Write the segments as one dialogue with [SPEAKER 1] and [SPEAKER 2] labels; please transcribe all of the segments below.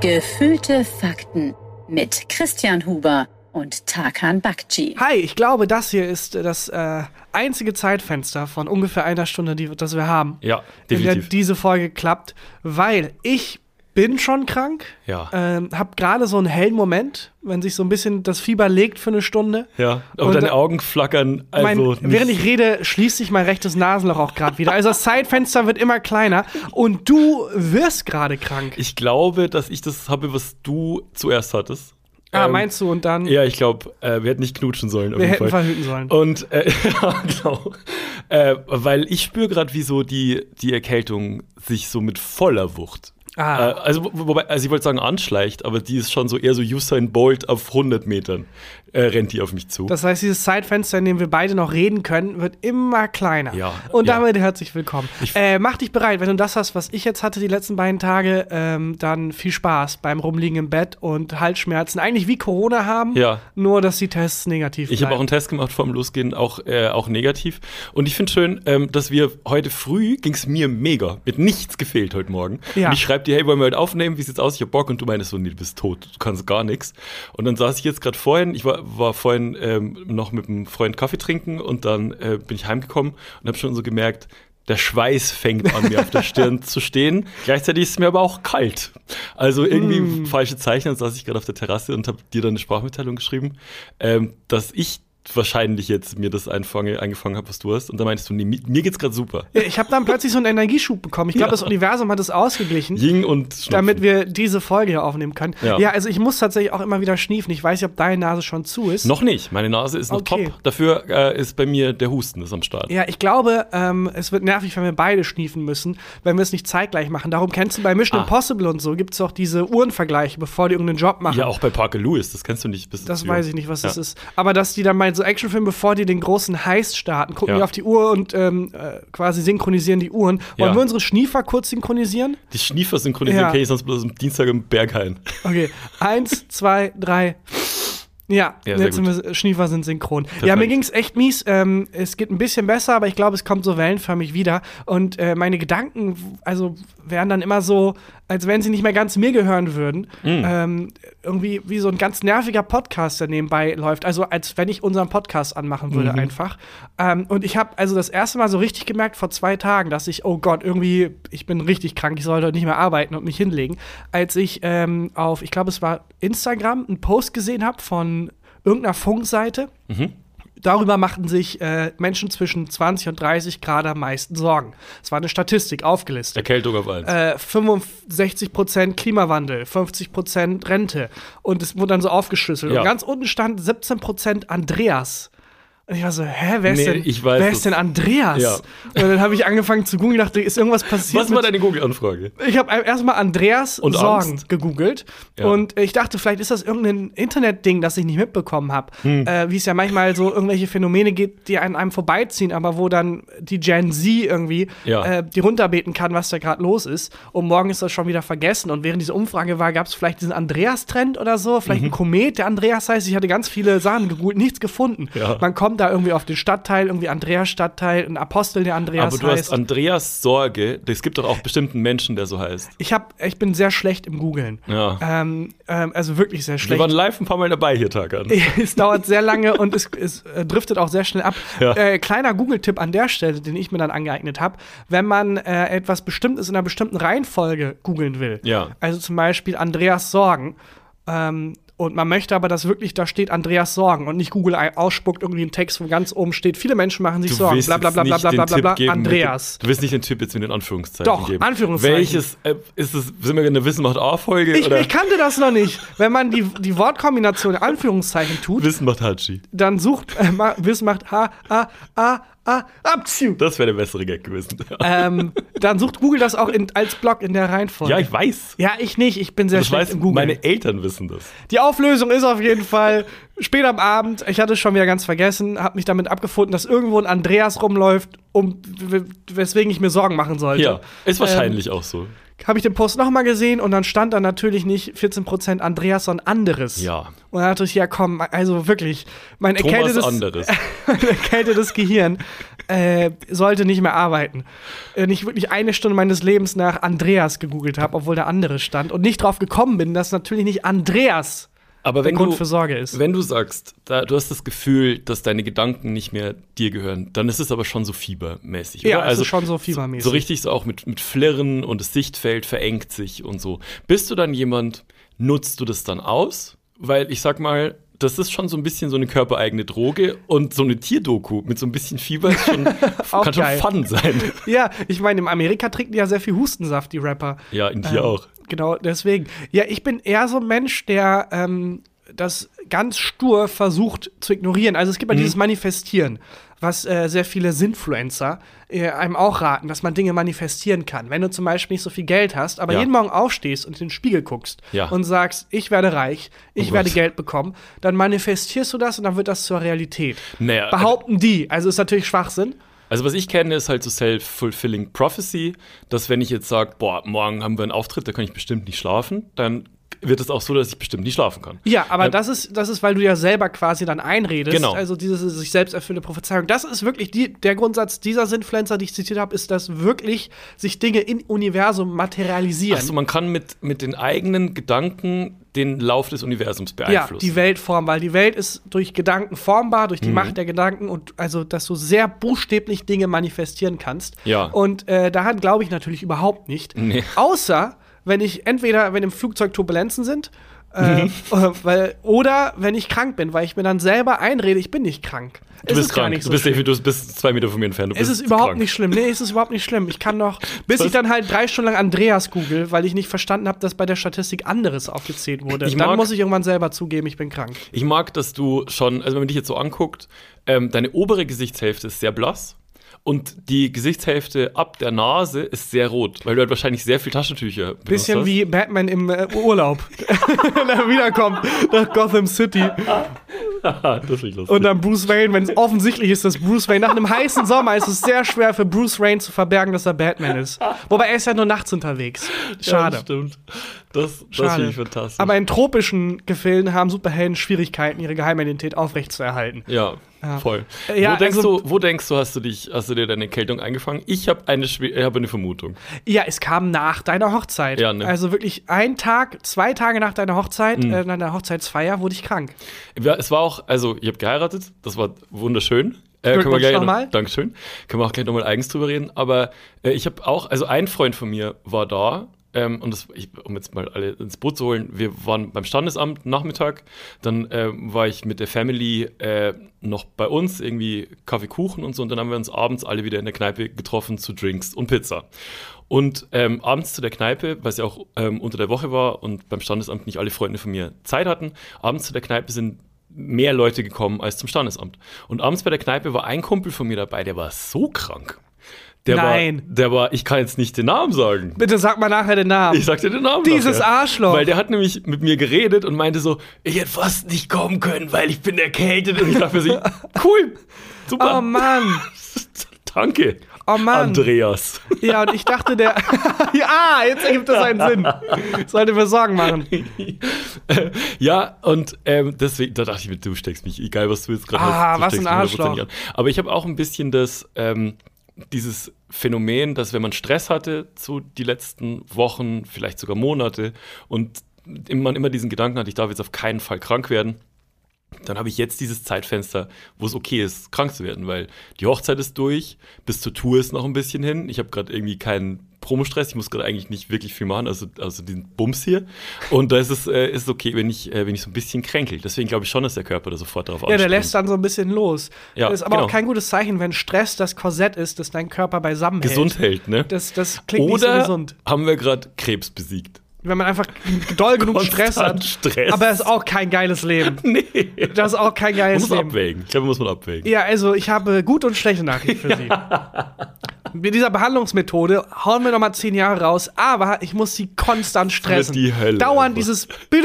[SPEAKER 1] Gefühlte Fakten mit Christian Huber und Tarkan Bakci.
[SPEAKER 2] Hi, ich glaube, das hier ist das äh, einzige Zeitfenster von ungefähr einer Stunde, die, das wir haben.
[SPEAKER 3] Ja,
[SPEAKER 2] In der
[SPEAKER 3] definitiv.
[SPEAKER 2] diese Folge klappt, weil ich bin schon krank.
[SPEAKER 3] Ja.
[SPEAKER 2] Ähm, hab gerade so einen hellen Moment, wenn sich so ein bisschen das Fieber legt für eine Stunde.
[SPEAKER 3] Ja, aber
[SPEAKER 2] Und
[SPEAKER 3] deine
[SPEAKER 2] da-
[SPEAKER 3] Augen flackern
[SPEAKER 2] Mein,
[SPEAKER 3] also nicht.
[SPEAKER 2] während ich rede, schließt sich mein rechtes Nasenloch auch gerade wieder. Also das Zeitfenster wird immer kleiner und du wirst gerade krank.
[SPEAKER 3] Ich glaube, dass ich das habe, was du zuerst hattest.
[SPEAKER 2] ah,
[SPEAKER 3] Ähm,
[SPEAKER 2] meinst du? Und dann
[SPEAKER 3] Ja, ich glaube, äh, wir hätten nicht knutschen sollen. auf
[SPEAKER 2] wir
[SPEAKER 3] jeden
[SPEAKER 2] hätten
[SPEAKER 3] Fall.
[SPEAKER 2] verhüten sollen.
[SPEAKER 3] Und äh, ja, genau. Äh, weil ich spüre gerade, wie so die, die Erkältung sich so mit voller Wucht. Äh,
[SPEAKER 2] Ah.
[SPEAKER 3] also, wo- wobei, also ich wollte sagen, anschleicht, aber die ist schon so eher so Usain Bolt auf 100 Metern, äh, rennt die auf mich zu.
[SPEAKER 2] Das heißt, dieses Zeitfenster, in dem wir beide noch reden können, wird immer kleiner.
[SPEAKER 3] Ja,
[SPEAKER 2] Und
[SPEAKER 3] ja.
[SPEAKER 2] damit herzlich willkommen.
[SPEAKER 3] Ich-
[SPEAKER 2] Äh, mach dich bereit, wenn du das hast, was ich jetzt hatte die letzten beiden Tage, ähm, dann viel Spaß beim Rumliegen im Bett und Halsschmerzen. Eigentlich wie Corona haben,
[SPEAKER 3] Ja.
[SPEAKER 2] nur dass die Tests negativ
[SPEAKER 3] Ich habe auch einen Test gemacht vor dem Losgehen, auch, äh, auch negativ. Und ich finde schön, ähm, dass wir heute früh ging es mir mega. Mit nichts gefehlt heute Morgen.
[SPEAKER 2] Ja.
[SPEAKER 3] Und ich schreibe dir, hey, wollen wir heute aufnehmen? Wie sieht's aus? Ich hab Bock. Und du meinst so, nee, du bist tot. Du kannst gar nichts. Und dann saß ich jetzt gerade vorhin, ich war, war vorhin ähm, noch mit einem Freund Kaffee trinken und dann äh, bin ich heimgekommen und habe schon so gemerkt, der Schweiß fängt an mir auf der Stirn zu stehen. Gleichzeitig ist es mir aber auch kalt. Also irgendwie
[SPEAKER 2] Hm.
[SPEAKER 3] falsche Zeichen. Dann saß ich gerade auf der Terrasse und habe dir dann eine Sprachmitteilung geschrieben, ähm, dass ich wahrscheinlich jetzt mir das einfange, eingefangen habe, was du hast. Und da meintest du, nee, mi- mir geht's gerade super.
[SPEAKER 2] Ja, Ich habe dann plötzlich so einen Energieschub bekommen. Ich glaube,
[SPEAKER 3] Ja.
[SPEAKER 2] das Universum hat es ausgeglichen.
[SPEAKER 3] Ying und Schnupfen.
[SPEAKER 2] damit wir diese Folge hier aufnehmen können. Ja.
[SPEAKER 3] Ja.
[SPEAKER 2] also ich muss tatsächlich auch immer wieder schniefen. Ich weiß nicht, ob deine Nase schon zu ist.
[SPEAKER 3] Noch nicht. Meine Nase ist noch
[SPEAKER 2] Okay.
[SPEAKER 3] top. Dafür äh, ist bei mir der Husten ist am Start.
[SPEAKER 2] Ja, ich glaube, ähm, es wird nervig, wenn wir beide schniefen müssen, wenn wir es nicht zeitgleich machen. Darum kennst du bei Mission
[SPEAKER 3] Ah.
[SPEAKER 2] Impossible und so gibt es auch diese Uhrenvergleiche, bevor die irgendeinen Job machen.
[SPEAKER 3] Ja, auch bei Parker Lewis. Das kennst du nicht. Bist du
[SPEAKER 2] Das
[SPEAKER 3] zu
[SPEAKER 2] weiß
[SPEAKER 3] jung.
[SPEAKER 2] ich nicht, was
[SPEAKER 3] ja.
[SPEAKER 2] das ist. Aber dass die dann meinen, so Actionfilme, bevor die den großen Heist starten, gucken
[SPEAKER 3] Ja.
[SPEAKER 2] die auf die Uhr und ähm, äh, quasi synchronisieren die Uhren. Wollen
[SPEAKER 3] Ja.
[SPEAKER 2] wir unsere Schniefer kurz synchronisieren?
[SPEAKER 3] Die Schniefer synchronisieren
[SPEAKER 2] Ja.
[SPEAKER 3] kenne ich sonst bloß am Dienstag im Berghain.
[SPEAKER 2] Okay, eins, zwei, drei. Ja,
[SPEAKER 3] Ja, sehr
[SPEAKER 2] jetzt sind wir, Schniefer sind synchron. Ja, mir ging's echt mies. Ähm, es geht ein bisschen besser, aber ich glaube, es kommt so wellenförmig wieder. Und äh, meine Gedanken, also wären dann immer so, als wenn sie nicht mehr ganz mir gehören würden.
[SPEAKER 3] Mm.
[SPEAKER 2] Ähm, irgendwie wie so ein ganz nerviger Podcast, der nebenbei läuft. Also als wenn ich unseren Podcast anmachen würde einfach. Ähm, und ich habe also das erste Mal so richtig gemerkt vor zwei Tagen, dass ich, oh Gott, irgendwie, ich bin richtig krank, ich sollte nicht mehr arbeiten und mich hinlegen, als ich ähm, auf, ich glaube, es war Instagram, einen Post gesehen habe von irgendeiner Funkseite. Darüber machten sich äh, Menschen zwischen 20 und 30 Grad am meisten Sorgen. Es war eine Statistik aufgelistet
[SPEAKER 3] Erkältung auf eins.
[SPEAKER 2] äh, 65% Klimawandel, 50% Rente. Und es wurde dann so aufgeschlüsselt.
[SPEAKER 3] Ja.
[SPEAKER 2] Und ganz unten stand 17% Andreas. Und ich war so, hä, wer ist,
[SPEAKER 3] Nee,
[SPEAKER 2] denn,
[SPEAKER 3] ich weiß
[SPEAKER 2] wer
[SPEAKER 3] es.
[SPEAKER 2] ist denn Andreas?
[SPEAKER 3] Ja.
[SPEAKER 2] Und dann habe ich angefangen zu googeln, dachte, ist irgendwas passiert?
[SPEAKER 3] was war
[SPEAKER 2] mit-
[SPEAKER 3] deine Google-Anfrage?
[SPEAKER 2] ich habe erstmal Andreas
[SPEAKER 3] Und
[SPEAKER 2] Sorgen
[SPEAKER 3] Angst.
[SPEAKER 2] gegoogelt
[SPEAKER 3] Ja.
[SPEAKER 2] und ich dachte, vielleicht ist das irgendein Internetding, das ich nicht mitbekommen habe.
[SPEAKER 3] Hm.
[SPEAKER 2] Äh, Wie es ja manchmal so irgendwelche Phänomene gibt, die an einem vorbeiziehen, aber wo dann die Gen Z irgendwie
[SPEAKER 3] Ja.
[SPEAKER 2] äh, die runterbeten kann, was da gerade los ist. Und morgen ist das schon wieder vergessen. Und während diese Umfrage war, gab es vielleicht diesen Andreas-Trend oder so, vielleicht
[SPEAKER 3] Mhm.
[SPEAKER 2] ein Komet, der Andreas heißt. Ich hatte ganz viele Sachen gegoogelt, nichts gefunden.
[SPEAKER 3] Ja.
[SPEAKER 2] Man kommt da irgendwie auf den Stadtteil, irgendwie Andreas-Stadtteil, ein Apostel, der Andreas
[SPEAKER 3] Aber du
[SPEAKER 2] heißt.
[SPEAKER 3] hast Andreas Sorge. Es gibt doch auch bestimmten Menschen, der so heißt.
[SPEAKER 2] Ich, hab, ich bin sehr schlecht im Googeln.
[SPEAKER 3] Ja.
[SPEAKER 2] Ähm, ähm, also wirklich sehr
[SPEAKER 3] Wir
[SPEAKER 2] schlecht.
[SPEAKER 3] waren live ein paar Mal dabei hier, Tagan.
[SPEAKER 2] es dauert sehr lange und es, es äh, driftet auch sehr schnell ab.
[SPEAKER 3] Ja.
[SPEAKER 2] Äh, kleiner Google-Tipp an der Stelle, den ich mir dann angeeignet habe. Wenn man äh, etwas Bestimmtes in einer bestimmten Reihenfolge googeln will,
[SPEAKER 3] Ja.
[SPEAKER 2] also zum Beispiel Andreas Sorgen, ähm, und man möchte aber, dass wirklich da steht Andreas Sorgen und nicht Google ei- ausspuckt irgendwie einen Text, wo ganz oben steht, viele Menschen machen sich Sorgen,
[SPEAKER 3] willst
[SPEAKER 2] bla bla
[SPEAKER 3] jetzt
[SPEAKER 2] bla bla
[SPEAKER 3] nicht
[SPEAKER 2] bla
[SPEAKER 3] den
[SPEAKER 2] bla bla,
[SPEAKER 3] Tipp
[SPEAKER 2] bla
[SPEAKER 3] geben mit
[SPEAKER 2] Andreas.
[SPEAKER 3] Den, du willst nicht den Typ jetzt mit den Anführungszeichen
[SPEAKER 2] Doch,
[SPEAKER 3] geben.
[SPEAKER 2] Anführungszeichen.
[SPEAKER 3] Welches äh, ist es? Sind wir in der Wissen macht A-Folge?
[SPEAKER 2] Ich,
[SPEAKER 3] oder
[SPEAKER 2] ich kannte das noch nicht. Wenn man die, die Wortkombination in Anführungszeichen tut,
[SPEAKER 3] Wissen macht Hatschi.
[SPEAKER 2] dann sucht, äh, ma- Wiss macht ha, a, a, a, abziu.
[SPEAKER 3] Das wäre der bessere Gag gewesen.
[SPEAKER 2] Ähm, dann sucht Google das auch in, als Block in der Reihenfolge.
[SPEAKER 3] ja, ich weiß.
[SPEAKER 2] Ja, ich nicht. Ich bin sehr
[SPEAKER 3] Das
[SPEAKER 2] schlecht
[SPEAKER 3] weiß,
[SPEAKER 2] im Google.
[SPEAKER 3] meine Eltern wissen das.
[SPEAKER 2] Die Auflösung ist auf jeden Fall spät am Abend. Ich hatte es schon wieder ganz vergessen, habe mich damit abgefunden, dass irgendwo ein Andreas rumläuft, um w- w- weswegen ich mir Sorgen machen sollte.
[SPEAKER 3] Ja, ist wahrscheinlich auch so.
[SPEAKER 2] habe ich den Post nochmal gesehen und dann stand da natürlich nicht 14% Andreas, sondern anderes.
[SPEAKER 3] Ja.
[SPEAKER 2] Und dann dachte ich, ja komm, also wirklich, mein
[SPEAKER 3] Thomas
[SPEAKER 2] erkältetes,
[SPEAKER 3] anderes.
[SPEAKER 2] mein erkältetes Gehirn äh, sollte nicht mehr arbeiten. Wenn ich wirklich eine Stunde meines Lebens nach Andreas gegoogelt habe, obwohl der andere stand und nicht drauf gekommen bin, dass natürlich nicht Andreas
[SPEAKER 3] Aber
[SPEAKER 2] der
[SPEAKER 3] wenn
[SPEAKER 2] Grund
[SPEAKER 3] du,
[SPEAKER 2] für Sorge ist.
[SPEAKER 3] wenn du sagst, da, du hast das Gefühl, dass deine Gedanken nicht mehr dir gehören, dann ist es aber schon so fiebermäßig.
[SPEAKER 2] Ja,
[SPEAKER 3] oder? Also
[SPEAKER 2] es ist schon so fiebermäßig.
[SPEAKER 3] So, so richtig so auch mit, mit Flirren und das Sichtfeld verengt sich und so. Bist du dann jemand, nutzt du das dann aus? Weil ich sag mal, das ist schon so ein bisschen so eine körpereigene Droge und so eine Tierdoku mit so ein bisschen Fieber ist schon,
[SPEAKER 2] Auch
[SPEAKER 3] kann schon
[SPEAKER 2] geil.
[SPEAKER 3] Fun sein.
[SPEAKER 2] Ja, ich meine, in Amerika trinken die ja sehr viel Hustensaft, die Rapper.
[SPEAKER 3] Ja, in dir auch.
[SPEAKER 2] Genau, deswegen. Ja, ich bin eher so ein Mensch, der ähm, das ganz stur versucht zu ignorieren. Also es
[SPEAKER 3] Mhm.
[SPEAKER 2] gibt ja dieses Manifestieren, was äh, sehr viele Sinfluencer äh, einem auch raten, dass man Dinge manifestieren kann. Wenn du zum Beispiel nicht so viel Geld hast, aber
[SPEAKER 3] Ja.
[SPEAKER 2] jeden Morgen aufstehst und in den Spiegel guckst
[SPEAKER 3] Ja. Oh
[SPEAKER 2] und sagst, ich werde reich, ich
[SPEAKER 3] Gott.
[SPEAKER 2] werde Geld bekommen, dann manifestierst du das und dann wird das zur Realität.
[SPEAKER 3] Naja,
[SPEAKER 2] Behaupten die. Also ist natürlich Schwachsinn.
[SPEAKER 3] Also was ich kenne, ist halt so self-fulfilling prophecy, dass wenn ich jetzt sage, boah, morgen haben wir einen Auftritt, da kann ich bestimmt nicht schlafen, dann wird es auch so, dass ich bestimmt nicht schlafen kann.
[SPEAKER 2] Ja, aber
[SPEAKER 3] Ähm,
[SPEAKER 2] das ist, das ist, weil du ja selber quasi dann einredest.
[SPEAKER 3] Genau.
[SPEAKER 2] Also diese sich selbst erfüllende Prophezeiung. Das ist wirklich die, der Grundsatz dieser Sinfluencer, die ich zitiert habe, ist, dass wirklich sich Dinge im Universum materialisieren.
[SPEAKER 3] Also man kann mit, mit den eigenen Gedanken den Lauf des Universums
[SPEAKER 2] ja,
[SPEAKER 3] beeinflussen.
[SPEAKER 2] die Welt formen, weil die Welt ist durch Gedanken formbar, durch die
[SPEAKER 3] Mhm.
[SPEAKER 2] Macht der Gedanken und also, dass du sehr buchstäblich Dinge manifestieren kannst.
[SPEAKER 3] Ja.
[SPEAKER 2] Und äh, daran glaube ich natürlich überhaupt nicht.
[SPEAKER 3] Nee.
[SPEAKER 2] Außer, wenn ich entweder, wenn im Flugzeug Turbulenzen sind, äh,
[SPEAKER 3] Mhm.
[SPEAKER 2] äh, weil, oder wenn ich krank bin, weil ich mir dann selber einrede, ich bin nicht krank.
[SPEAKER 3] du bist
[SPEAKER 2] Gar
[SPEAKER 3] krank,
[SPEAKER 2] nicht so
[SPEAKER 3] du, bist,
[SPEAKER 2] schlimm.
[SPEAKER 3] definitiv- du bist zwei Meter von mir entfernt. Du
[SPEAKER 2] Es
[SPEAKER 3] bist
[SPEAKER 2] ist überhaupt
[SPEAKER 3] krank.
[SPEAKER 2] nicht schlimm. Nee, es ist überhaupt nicht schlimm. Ich kann noch, bis ich dann halt drei Stunden lang Andreas google, weil ich nicht verstanden habe, dass bei der Statistik anderes aufgezählt wurde.
[SPEAKER 3] Ich
[SPEAKER 2] dann
[SPEAKER 3] mag-
[SPEAKER 2] muss ich irgendwann selber zugeben, ich bin krank.
[SPEAKER 3] Ich mag, dass du schon, also wenn man dich jetzt so anguckt, ähm, deine obere Gesichtshälfte ist sehr blass und die Gesichtshälfte ab der Nase ist sehr rot, weil du halt wahrscheinlich sehr viel Taschentücher benutzt
[SPEAKER 2] Bisschen
[SPEAKER 3] hast.
[SPEAKER 2] wie Batman im äh, Urlaub. wenn er wiederkommt nach Gotham City.
[SPEAKER 3] das ist nicht lustig.
[SPEAKER 2] Und dann Bruce Wayne, wenn es offensichtlich ist, dass Bruce Wayne nach einem heißen Sommer ist es sehr schwer für Bruce Wayne zu verbergen, dass er Batman ist. Wobei er ist ja nur nachts unterwegs. Schade.
[SPEAKER 3] Ja, das stimmt. Das, das
[SPEAKER 2] Schade.
[SPEAKER 3] finde ich fantastisch.
[SPEAKER 2] Aber in tropischen Gefilden haben Superhelden Schwierigkeiten, ihre Geheimidentität aufrechtzuerhalten.
[SPEAKER 3] ja, voll.
[SPEAKER 2] Äh, ja,
[SPEAKER 3] wo, denkst
[SPEAKER 2] also-
[SPEAKER 3] du, wo denkst du, hast du dich, hast du dir deine Erkältung eingefangen? Ich habe eine, schwe- ich hab eine Vermutung.
[SPEAKER 2] Ja, es kam nach deiner Hochzeit.
[SPEAKER 3] Ja, ne. Hm.
[SPEAKER 2] Also wirklich ein Tag, zwei Tage nach deiner Hochzeit, äh, nach deiner Hochzeitsfeier wurde ich krank.
[SPEAKER 3] Ja, es war auch, also ich habe geheiratet, das war wunderschön. Äh, können wir
[SPEAKER 2] Glückwunsch
[SPEAKER 3] gleich
[SPEAKER 2] nochmal.
[SPEAKER 3] Noch, Dankeschön. Können wir auch gleich nochmal eigens drüber reden. Aber äh, ich habe auch, also ein Freund von mir war da. Ähm, und das, ich, um jetzt mal alle ins Boot zu holen, wir waren beim Standesamt Nachmittag, dann ähm, war ich mit der Family äh, noch bei uns, irgendwie Kaffee, Kuchen und so, und dann haben wir uns abends alle wieder in der Kneipe getroffen zu Drinks und Pizza. Und ähm, abends zu der Kneipe, weil es ja auch ähm, unter der Woche war und beim Standesamt nicht alle Freunde von mir Zeit hatten, abends zu der Kneipe sind mehr Leute gekommen als zum Standesamt. Und abends bei der Kneipe war ein Kumpel von mir dabei, der war so krank. Der
[SPEAKER 2] Nein.
[SPEAKER 3] War, der war, ich kann jetzt nicht den Namen sagen.
[SPEAKER 2] Bitte sag mal nachher den Namen.
[SPEAKER 3] Ich sag dir den Namen.
[SPEAKER 2] Dieses
[SPEAKER 3] nachher.
[SPEAKER 2] Arschloch.
[SPEAKER 3] Weil der hat nämlich mit mir geredet und meinte so, ich hätte fast nicht kommen können, weil ich bin erkältet. Und ich dachte mir so, cool, super.
[SPEAKER 2] oh Mann.
[SPEAKER 3] Danke.
[SPEAKER 2] Oh Mann.
[SPEAKER 3] Andreas.
[SPEAKER 2] Ja, und ich dachte, der. ja, ah, jetzt ergibt das einen Sinn. Sollte mir Sorgen machen.
[SPEAKER 3] Oh, Ja, und ähm, deswegen, da dachte ich mir, du steckst mich, egal was du jetzt gerade
[SPEAKER 2] Ah,
[SPEAKER 3] hast, du
[SPEAKER 2] was
[SPEAKER 3] steckst
[SPEAKER 2] ein
[SPEAKER 3] mich hundertprozentig
[SPEAKER 2] Arschloch.
[SPEAKER 3] an. Aber ich habe auch ein bisschen das, ähm, dieses Phänomen, dass wenn man Stress hatte, so die letzten Wochen, vielleicht sogar Monate, und man immer diesen Gedanken hat, ich darf jetzt auf keinen Fall krank werden, dann habe ich jetzt dieses Zeitfenster, wo es okay ist, krank zu werden, weil die Hochzeit ist durch, bis zur Tour ist noch ein bisschen hin. Ich habe gerade irgendwie keinen Promostress, ich muss gerade eigentlich nicht wirklich viel machen, also, also den Bums hier. Und da ist es äh, ist es okay, wenn ich, äh, wenn ich so ein bisschen kränkel. Deswegen glaube ich schon, dass der Körper da sofort drauf
[SPEAKER 2] Ja, der
[SPEAKER 3] anspringt.
[SPEAKER 2] lässt dann so ein bisschen los.
[SPEAKER 3] Ja,
[SPEAKER 2] das ist aber
[SPEAKER 3] genau.
[SPEAKER 2] auch kein gutes Zeichen, wenn Stress das Korsett ist, das dein Körper beisammen
[SPEAKER 3] gesund
[SPEAKER 2] hält.
[SPEAKER 3] hält, ne?
[SPEAKER 2] Das, das klingt nicht so
[SPEAKER 3] Oder
[SPEAKER 2] gesund.
[SPEAKER 3] haben wir gerade Krebs besiegt?
[SPEAKER 2] Wenn man einfach doll genug Stress hat.
[SPEAKER 3] Konstant Stress.
[SPEAKER 2] Aber das ist auch kein geiles Leben.
[SPEAKER 3] Nee,
[SPEAKER 2] Das ist auch kein
[SPEAKER 3] man
[SPEAKER 2] geiles
[SPEAKER 3] muss
[SPEAKER 2] Leben.
[SPEAKER 3] abwägen. Ich glaube, muss man abwägen.
[SPEAKER 2] Ja, also ich habe gute und schlechte Nachricht für Sie. Mit dieser Behandlungsmethode hauen wir nochmal zehn Jahre raus, aber ich muss sie konstant stressen.
[SPEAKER 3] die Hölle.
[SPEAKER 2] Dauernd dieses Bedüm,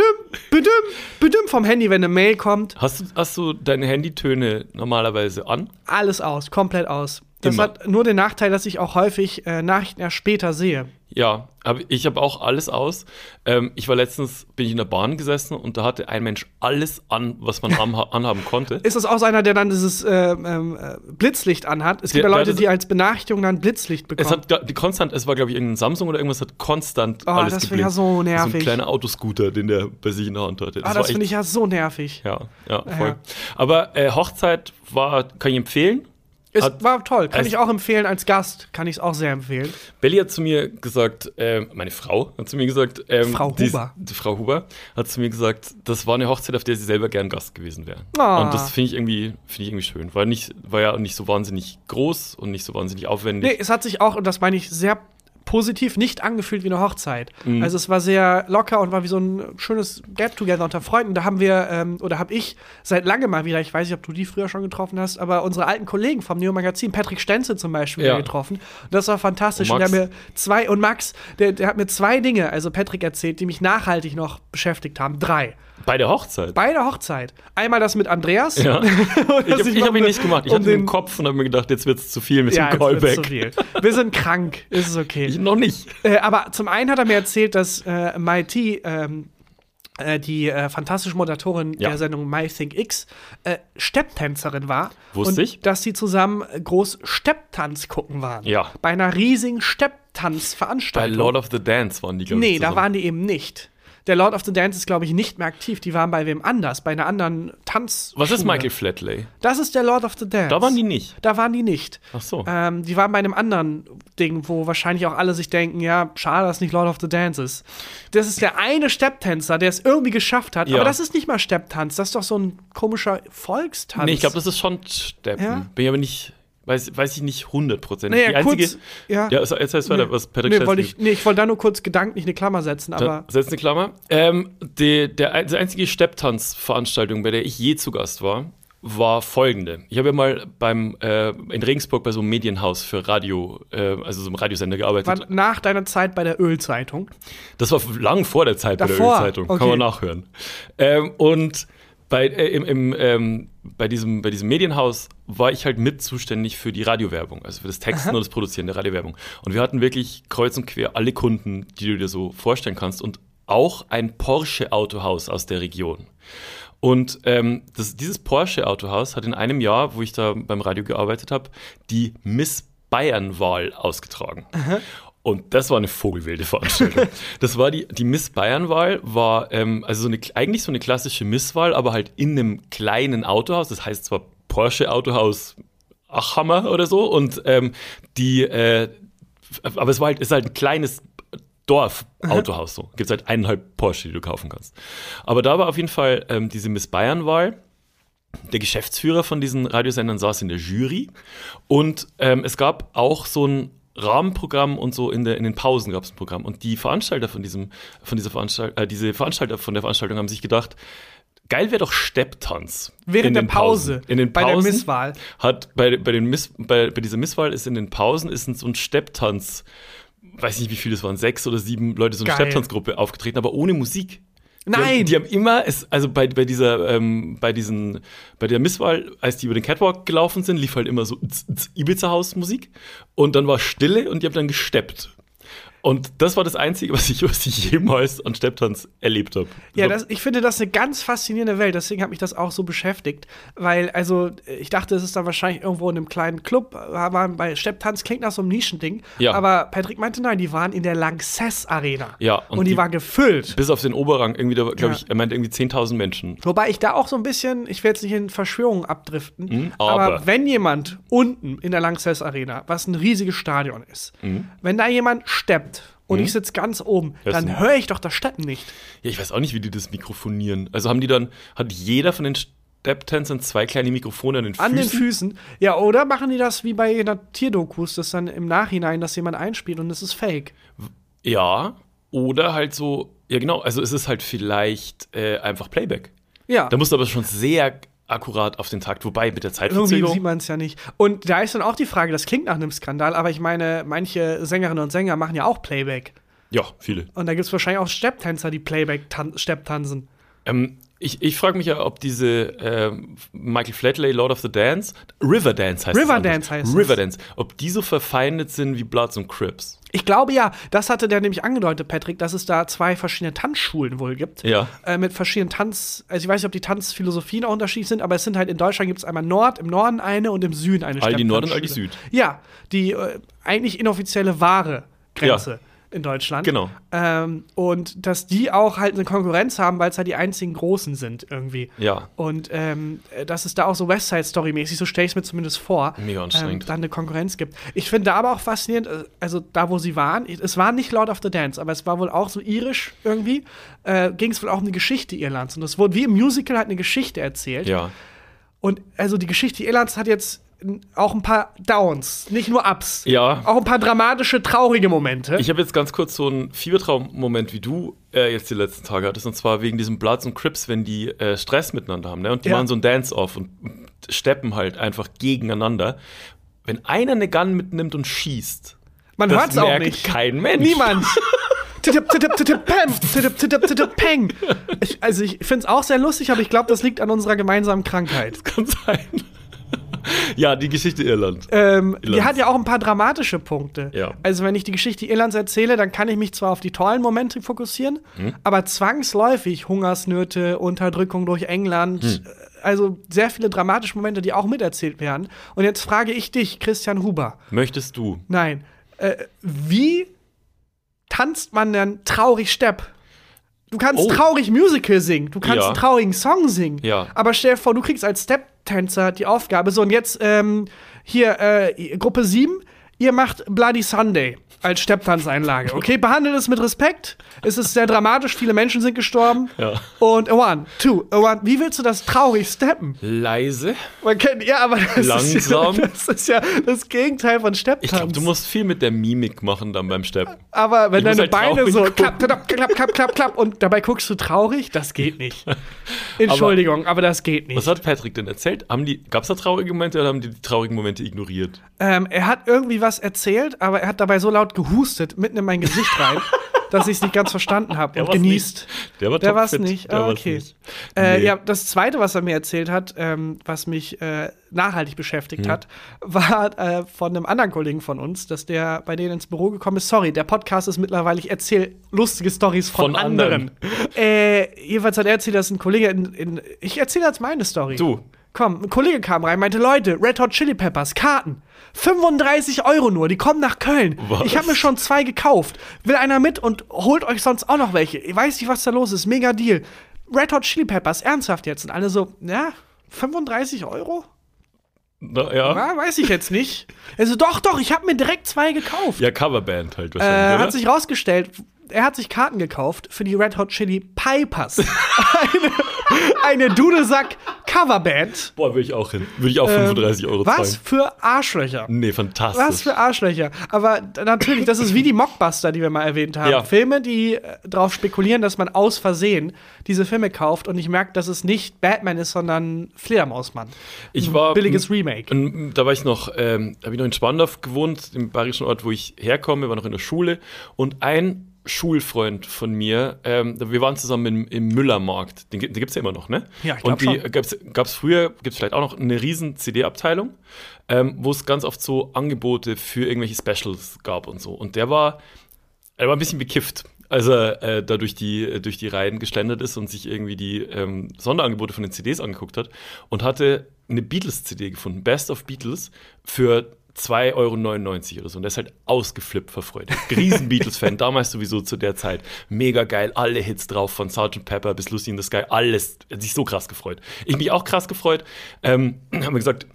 [SPEAKER 2] Bedüm, Bedüm vom Handy, wenn eine Mail kommt,
[SPEAKER 3] Hast, du, hast du deine Handytöne normalerweise an?
[SPEAKER 2] alles aus, komplett aus. Das
[SPEAKER 3] Immer.
[SPEAKER 2] hat nur den Nachteil, dass ich auch häufig äh, Nachrichten erst später sehe.
[SPEAKER 3] Ja, hab, ich habe auch alles aus. Ähm, ich war letztens, bin ich in der Bahn gesessen und da hatte ein Mensch alles an, was man anha anhaben konnte.
[SPEAKER 2] Ist das auch so einer, der dann dieses äh, ähm, Blitzlicht anhat? Es gibt ja
[SPEAKER 3] Der- der
[SPEAKER 2] Leute,
[SPEAKER 3] hat-
[SPEAKER 2] die als Benachrichtigung dann Blitzlicht bekommen. Ah,
[SPEAKER 3] Es hat ga- die konstant, es war glaube ich irgendein Samsung oder irgendwas, hat konstant
[SPEAKER 2] Oh,
[SPEAKER 3] alles
[SPEAKER 2] das find ich
[SPEAKER 3] geblinkt.
[SPEAKER 2] ja so nervig.
[SPEAKER 3] So ein kleiner Autoscooter, den der bei sich in der Hand hatte.
[SPEAKER 2] ah,
[SPEAKER 3] war
[SPEAKER 2] das
[SPEAKER 3] echt-
[SPEAKER 2] finde ich ja so nervig.
[SPEAKER 3] Ja, ja,
[SPEAKER 2] Ja,
[SPEAKER 3] voll.
[SPEAKER 2] ja.
[SPEAKER 3] Aber äh, Hochzeit war, kann ich empfehlen.
[SPEAKER 2] Es
[SPEAKER 3] Hat-
[SPEAKER 2] war toll. Kann
[SPEAKER 3] es-
[SPEAKER 2] ich auch empfehlen als Gast. Kann ich es auch sehr empfehlen.
[SPEAKER 3] Belly hat zu mir gesagt, ähm, meine Frau hat zu mir gesagt, ähm,
[SPEAKER 2] Frau
[SPEAKER 3] dies-
[SPEAKER 2] Huber.
[SPEAKER 3] die Frau Huber hat zu mir gesagt, das war eine Hochzeit, auf der sie selber gern Gast gewesen wäre.
[SPEAKER 2] Ah.
[SPEAKER 3] Und das finde ich irgendwie, finde ich irgendwie schön. War nicht, war ja nicht so wahnsinnig groß und nicht so wahnsinnig aufwendig.
[SPEAKER 2] Nee, es hat sich auch, und das meine ich sehr positiv, nicht angefühlt wie eine Hochzeit.
[SPEAKER 3] Mhm.
[SPEAKER 2] Also es war sehr locker und war wie so ein schönes Get-Together unter Freunden. Da haben wir, ähm, oder habe ich seit langem mal wieder, ich weiß nicht, ob du die früher schon getroffen hast, aber unsere alten Kollegen vom Neo-Magazin, Patrick Stenze zum Beispiel,
[SPEAKER 3] Ja.
[SPEAKER 2] wieder getroffen. Und das war fantastisch.
[SPEAKER 3] Und
[SPEAKER 2] Und
[SPEAKER 3] Max.
[SPEAKER 2] der hat mir zwei, und Max, der, der hat mir zwei Dinge, also Patrick erzählt, die mich nachhaltig noch beschäftigt haben. Drei.
[SPEAKER 3] Bei der Hochzeit.
[SPEAKER 2] Bei der Hochzeit. Einmal das mit Andreas.
[SPEAKER 3] ja.
[SPEAKER 2] Und
[SPEAKER 3] Ich
[SPEAKER 2] dass
[SPEAKER 3] habe hab
[SPEAKER 2] noch-
[SPEAKER 3] ihn nicht gemacht. Ich
[SPEAKER 2] um
[SPEAKER 3] hatte ihn im
[SPEAKER 2] den-
[SPEAKER 3] Kopf und habe mir gedacht, jetzt wird es zu viel mit
[SPEAKER 2] ja,
[SPEAKER 3] dem
[SPEAKER 2] jetzt wird's
[SPEAKER 3] Callback.
[SPEAKER 2] zu viel. Wir sind krank, ist es okay.
[SPEAKER 3] Ich noch nicht.
[SPEAKER 2] Äh, aber zum einen hat er mir erzählt, dass äh, MIT, ähm, äh, die äh, fantastische Moderatorin
[SPEAKER 3] Ja.
[SPEAKER 2] der Sendung My Think X, äh, Stepptänzerin war.
[SPEAKER 3] Wusste
[SPEAKER 2] und
[SPEAKER 3] ich.
[SPEAKER 2] Dass sie zusammen äh, groß Stepptanz gucken waren.
[SPEAKER 3] Ja.
[SPEAKER 2] Bei einer riesigen
[SPEAKER 3] Bei
[SPEAKER 2] Stepptanzveranstaltung.
[SPEAKER 3] Lord of the Dance waren die, glaube ich.
[SPEAKER 2] nee, da
[SPEAKER 3] zusammen.
[SPEAKER 2] waren die eben nicht. Der Lord of the Dance ist, glaube ich, nicht mehr aktiv. Die waren bei wem anders, bei einer anderen Tanz.
[SPEAKER 3] Was ist Michael Flatley?
[SPEAKER 2] Das ist der Lord of the Dance.
[SPEAKER 3] Da waren die nicht.
[SPEAKER 2] Da waren die nicht.
[SPEAKER 3] Ach so.
[SPEAKER 2] Ähm, die waren bei einem anderen Ding, wo wahrscheinlich auch alle sich denken, ja, schade, dass nicht Lord of the Dance ist. Das ist der eine Stepptänzer, der es irgendwie geschafft hat.
[SPEAKER 3] Ja.
[SPEAKER 2] Aber das ist nicht mal Stepptanz, das ist doch so ein komischer Volkstanz.
[SPEAKER 3] Nee, ich glaube, das ist schon Steppen.
[SPEAKER 2] Ja?
[SPEAKER 3] Bin ich aber nicht, weiß, weiß ich nicht hundertprozentig.
[SPEAKER 2] Naja,
[SPEAKER 3] die einzige.
[SPEAKER 2] kurz, ja.
[SPEAKER 3] ja, es- jetzt heißt weiter,
[SPEAKER 2] Nee.
[SPEAKER 3] was Patrick
[SPEAKER 2] nee,
[SPEAKER 3] Schätzing
[SPEAKER 2] wollte ich, nee, ich wollte da nur kurz gedanklich eine Klammer setzen,
[SPEAKER 3] Da,
[SPEAKER 2] aber
[SPEAKER 3] setz eine Klammer. Ähm, die, der, ein- die einzige Stepptanzveranstaltung, bei der ich je zu Gast war, war folgende. Ich habe ja mal beim, äh, in Regensburg bei so einem Medienhaus für Radio, äh, also so einem Radiosender gearbeitet.
[SPEAKER 2] war nach deiner Zeit bei der Ölzeitung.
[SPEAKER 3] Das war lang vor der Zeit bei der
[SPEAKER 2] Davor?
[SPEAKER 3] Ölzeitung, kann
[SPEAKER 2] Okay.
[SPEAKER 3] man nachhören. Ähm, und bei, äh, im, im, ähm, bei, diesem, bei diesem Medienhaus war ich halt mit zuständig für die Radiowerbung, also für das Texten und das Produzieren der Radiowerbung. Und wir hatten wirklich kreuz und quer alle Kunden, die du dir so vorstellen kannst und auch ein Porsche-Autohaus aus der Region. Und ähm, das, dieses Porsche-Autohaus hat in einem Jahr, wo ich da beim Radio gearbeitet habe, die Miss Bayern-Wahl ausgetragen. Und das war eine vogelwilde Veranstaltung. das war die, die Miss Bayern-Wahl, war ähm, also so eine, eigentlich so eine klassische Misswahl, aber halt in einem kleinen Autohaus. Das heißt zwar Porsche-Autohaus Achhammer oder so. Und ähm, die, äh, aber es war halt, es ist halt ein kleines Dorf, Autohaus so. Gibt halt eineinhalb Porsche, die du kaufen kannst. Aber da war auf jeden Fall ähm, diese Miss Bayern-Wahl. Der Geschäftsführer von diesen Radiosendern saß in der Jury und ähm, es gab auch so ein Rahmenprogramm und so in, der, in den Pausen gab es ein Programm. Und die Veranstalter von diesem, von dieser Veranstalt, äh, diese Veranstalter von der Veranstaltung haben sich gedacht, geil wäre doch Stepptanz.
[SPEAKER 2] Während
[SPEAKER 3] in
[SPEAKER 2] der
[SPEAKER 3] den
[SPEAKER 2] Pause.
[SPEAKER 3] Pausen. In den
[SPEAKER 2] Bei
[SPEAKER 3] Pausen
[SPEAKER 2] der Misswahl.
[SPEAKER 3] Hat bei, bei, den Miss, bei, bei dieser Misswahl ist in den Pausen ist so ein Stepptanz, weiß nicht wie viele es waren, sechs oder sieben Leute, so eine
[SPEAKER 2] Geil.
[SPEAKER 3] Stepptanzgruppe aufgetreten, aber ohne Musik. Die
[SPEAKER 2] Nein!
[SPEAKER 3] haben, die haben immer, es, also bei, bei dieser, ähm, bei diesen, bei der Misswahl, als die über den Catwalk gelaufen sind, lief halt immer so z- z- Ibiza-Haus-Musik und dann war Stille und die haben dann gesteppt. Und das war das Einzige, was ich, was ich jemals an Stepptanz erlebt Also habe.
[SPEAKER 2] Ja, das, ich finde das eine ganz faszinierende Welt, deswegen hat mich das auch so beschäftigt, weil, also, ich dachte, es ist dann wahrscheinlich irgendwo in einem kleinen Club, aber bei Stepptanz klingt nach so einem Nischending,
[SPEAKER 3] Ja.
[SPEAKER 2] aber Patrick meinte, nein, die waren in der Lanxess Arena
[SPEAKER 3] Ja, und
[SPEAKER 2] und, die,
[SPEAKER 3] die-
[SPEAKER 2] war gefüllt.
[SPEAKER 3] bis auf den Oberrang irgendwie, da glaube
[SPEAKER 2] Ja.
[SPEAKER 3] ich, er meint irgendwie 10.000 Menschen.
[SPEAKER 2] Wobei ich da auch so ein bisschen, ich will jetzt nicht in Verschwörungen abdriften,
[SPEAKER 3] Mhm, aber-
[SPEAKER 2] aber. wenn jemand unten in der Lanxess Arena, was ein riesiges Stadion ist, wenn da jemand steppt und ich sitze ganz oben,
[SPEAKER 3] Mhm. Das ist
[SPEAKER 2] dann
[SPEAKER 3] ein-
[SPEAKER 2] höre ich doch das Steppen nicht.
[SPEAKER 3] Ja, ich weiß auch nicht, wie die das mikrofonieren. Also haben die dann, hat jeder von den Stepptänzern zwei kleine Mikrofone an den Füßen?
[SPEAKER 2] An den Füßen. Ja, oder machen die das wie bei einer Tierdokus, dass dann im Nachhinein das jemand einspielt und es ist fake.
[SPEAKER 3] Ja, oder halt so, ja genau, also es ist halt vielleicht äh, einfach Playback.
[SPEAKER 2] Ja.
[SPEAKER 3] Da musst du aber schon sehr akkurat auf den Takt, wobei mit
[SPEAKER 2] Irgendwie
[SPEAKER 3] der
[SPEAKER 2] sieht
[SPEAKER 3] Zeitverzögerung.
[SPEAKER 2] man es ja nicht. Und da ist dann auch die Frage, das klingt nach einem Skandal, aber ich meine, manche Sängerinnen und Sänger machen ja auch Playback.
[SPEAKER 3] Ja, viele.
[SPEAKER 2] Und da gibt es wahrscheinlich auch Stepptänzer, die Playback tan- Stepptanzen.
[SPEAKER 3] Ähm, Ich, ich frage mich ja, ob diese ähm, Michael Flatley, Lord of the Dance, Riverdance heißt
[SPEAKER 2] Riverdance
[SPEAKER 3] es.
[SPEAKER 2] heißt es.
[SPEAKER 3] Riverdance. Ob die so verfeindet sind wie Bloods und Crips.
[SPEAKER 2] Ich glaube ja, das hatte der nämlich angedeutet, Patrick, dass es da zwei verschiedene Tanzschulen wohl gibt.
[SPEAKER 3] Ja.
[SPEAKER 2] Äh, mit verschiedenen Tanz, also ich weiß nicht, ob die Tanzphilosophien auch unterschiedlich sind, aber es sind halt in Deutschland gibt es einmal Nord, im Norden eine und im Süden eine
[SPEAKER 3] Aldi Nord und
[SPEAKER 2] Stepptanzschule.
[SPEAKER 3] Aldi Süd.
[SPEAKER 2] Ja, die äh, eigentlich inoffizielle wahre Grenze. In Deutschland.
[SPEAKER 3] Genau.
[SPEAKER 2] Ähm, und dass die auch halt eine Konkurrenz haben, weil es halt die einzigen Großen sind irgendwie.
[SPEAKER 3] Ja.
[SPEAKER 2] Und ähm, das ist da auch so Westside-Story-mäßig, so stelle ich es mir zumindest vor.
[SPEAKER 3] Mega anstrengend.
[SPEAKER 2] Ähm, dann eine Konkurrenz gibt. Ich finde da aber auch faszinierend, äh, also da, wo sie waren, es war nicht Lord of the Dance, aber es war wohl auch so irisch irgendwie, äh, ging es wohl auch um die Geschichte Irlands. Und es wurde wie im Musical halt eine Geschichte erzählt.
[SPEAKER 3] Ja.
[SPEAKER 2] Und also die Geschichte Irlands hat jetzt n- auch ein paar Downs, nicht nur Ups.
[SPEAKER 3] Ja.
[SPEAKER 2] Auch ein paar dramatische, traurige Momente.
[SPEAKER 3] Ich habe jetzt ganz kurz so einen Fiebertraum-Moment, wie du äh, jetzt die letzten Tage hattest, und zwar wegen diesem Bloods und Crips, wenn die äh, Stress miteinander haben, ne? Und die
[SPEAKER 2] Ja.
[SPEAKER 3] machen so ein Dance-Off und steppen halt einfach gegeneinander. Wenn einer eine Gun mitnimmt und schießt,
[SPEAKER 2] Man
[SPEAKER 3] das
[SPEAKER 2] hört's auch
[SPEAKER 3] merkt
[SPEAKER 2] nicht.
[SPEAKER 3] kein Mensch.
[SPEAKER 2] Niemand. Tittip, tittip, tittip, pam. Tittip, tittip, tittip, peng. Ich, also ich finde es auch sehr lustig, aber ich glaube, das liegt an unserer gemeinsamen Krankheit.
[SPEAKER 3] Kann sein. ja, die Geschichte Irland.
[SPEAKER 2] Ähm, die
[SPEAKER 3] Irlands.
[SPEAKER 2] hat ja auch ein paar dramatische Punkte.
[SPEAKER 3] Ja.
[SPEAKER 2] Also wenn ich die Geschichte Irlands erzähle, dann kann ich mich zwar auf die tollen Momente fokussieren,
[SPEAKER 3] Hm.
[SPEAKER 2] aber zwangsläufig Hungersnöte, Unterdrückung durch England,
[SPEAKER 3] Hm.
[SPEAKER 2] äh, also sehr viele dramatische Momente, die auch miterzählt werden. Und jetzt frage ich dich, Christian Huber.
[SPEAKER 3] Möchtest du?
[SPEAKER 2] Nein. Äh, wie tanzt man denn traurig Stepp? Du kannst
[SPEAKER 3] Oh.
[SPEAKER 2] traurig Musical singen, du kannst
[SPEAKER 3] Ja.
[SPEAKER 2] einen traurigen Song singen.
[SPEAKER 3] Ja.
[SPEAKER 2] Aber stell dir vor, du kriegst als Step-Tänzer die Aufgabe. So, und jetzt ähm, hier äh, Gruppe 7, ihr macht Bloody Sunday als Stepptanzeinlage. Okay, behandelt es mit Respekt. Es ist sehr dramatisch, viele Menschen sind gestorben.
[SPEAKER 3] Ja.
[SPEAKER 2] Und a one, two, a one. Wie willst du das traurig steppen?
[SPEAKER 3] Leise.
[SPEAKER 2] Man kennt, ja, aber das,
[SPEAKER 3] Langsam.
[SPEAKER 2] Ist, ja, das ist ja das Gegenteil von Stepptanz.
[SPEAKER 3] Ich glaube, du musst viel mit der Mimik machen dann beim Steppen.
[SPEAKER 2] Aber wenn
[SPEAKER 3] muss
[SPEAKER 2] deine
[SPEAKER 3] halt
[SPEAKER 2] Beine
[SPEAKER 3] traurig
[SPEAKER 2] so
[SPEAKER 3] gucken.
[SPEAKER 2] klapp, klapp, klapp, klapp, klapp, klapp und dabei guckst du traurig, das geht nicht. Entschuldigung, aber, das geht
[SPEAKER 3] Was
[SPEAKER 2] nicht.
[SPEAKER 3] hat Patrick denn erzählt? Haben die, gab's da traurige Momente oder haben die die traurigen Momente ignoriert?
[SPEAKER 2] Ähm, er hat irgendwie was erzählt, aber er hat dabei so laut gehustet, mitten in mein Gesicht rein, dass ich es nicht ganz verstanden habe und
[SPEAKER 3] war's
[SPEAKER 2] genießt.
[SPEAKER 3] nicht. Der war
[SPEAKER 2] Der war's
[SPEAKER 3] topfit.
[SPEAKER 2] nicht.
[SPEAKER 3] Der
[SPEAKER 2] ah,
[SPEAKER 3] war's
[SPEAKER 2] okay.
[SPEAKER 3] nicht.
[SPEAKER 2] Äh,
[SPEAKER 3] Nee.
[SPEAKER 2] ja, das zweite, was er mir erzählt hat, ähm, was mich äh, nachhaltig beschäftigt hat, war äh, von einem anderen Kollegen von uns, dass der bei denen ins Büro gekommen ist. Sorry, der Podcast ist mittlerweile, ich erzähle lustige Stories von,
[SPEAKER 3] Von
[SPEAKER 2] anderen.
[SPEAKER 3] anderen.
[SPEAKER 2] Äh, jedenfalls hat er erzählt, dass ein Kollege in, in ich erzähle jetzt meine Story.
[SPEAKER 3] Du.
[SPEAKER 2] Komm, ein Kollege kam rein, meinte, Leute, Red Hot Chili Peppers, Karten. 35 Euro nur, die kommen nach Köln.
[SPEAKER 3] Was?
[SPEAKER 2] Ich habe mir schon zwei gekauft. Will einer mit und holt euch sonst auch noch welche. Ich weiß nicht, was da los ist. Mega Deal. Red Hot Chili Peppers, ernsthaft jetzt. Und alle so, ja, 35 Euro?
[SPEAKER 3] Na, ja.
[SPEAKER 2] Ja, weiß ich jetzt nicht. Also doch, doch, ich habe mir direkt zwei gekauft.
[SPEAKER 3] ja, Coverband halt wahrscheinlich.
[SPEAKER 2] Äh,
[SPEAKER 3] oder?
[SPEAKER 2] hat sich rausgestellt, er hat sich Karten gekauft für die Red Hot Chili Pipers. eine eine Dudelsack-Coverband.
[SPEAKER 3] Boah, würde ich auch hin. Würde ich auch 35 Euro
[SPEAKER 2] Ähm, Was
[SPEAKER 3] zahlen.
[SPEAKER 2] für Arschlöcher.
[SPEAKER 3] Nee, fantastisch.
[SPEAKER 2] Was für Arschlöcher. Aber d- natürlich, das ist wie die Mockbuster, die wir mal erwähnt haben.
[SPEAKER 3] Ja.
[SPEAKER 2] Filme, die äh, darauf spekulieren, dass man aus Versehen diese Filme kauft und nicht merkt, dass es nicht Batman ist, sondern Fledermausmann.
[SPEAKER 3] ich war,
[SPEAKER 2] Billiges Remake.
[SPEAKER 3] Und da war ich noch, ähm, habe ich noch in Spandorf gewohnt, im bayerischen Ort, wo ich herkomme, war noch in der Schule. Und ein Schulfreund von mir, ähm, wir waren zusammen im, im Müllermarkt, den, gi- den gibt es ja immer noch, ne?
[SPEAKER 2] Ja, ich glaub
[SPEAKER 3] Und die gab es früher, gibt es vielleicht auch noch eine riesen CD-Abteilung, ähm, wo es ganz oft so Angebote für irgendwelche Specials gab und so. Und der war, er war ein bisschen bekifft, als er äh, da durch die, äh, durch die Reihen geschlendert ist und sich irgendwie die ähm, Sonderangebote von den CDs angeguckt hat und hatte eine Beatles-CD gefunden, Best of Beatles, für 2,99 Euro oder so. Und der ist halt ausgeflippt vor Freude. Riesen Beatles-Fan, damals sowieso zu der Zeit. Mega geil, alle Hits drauf, von Sgt. Pepper bis Lucy in the Sky, alles. Er hat sich so krass gefreut. Ich mich auch krass gefreut. Ähm, haben wir gesagt,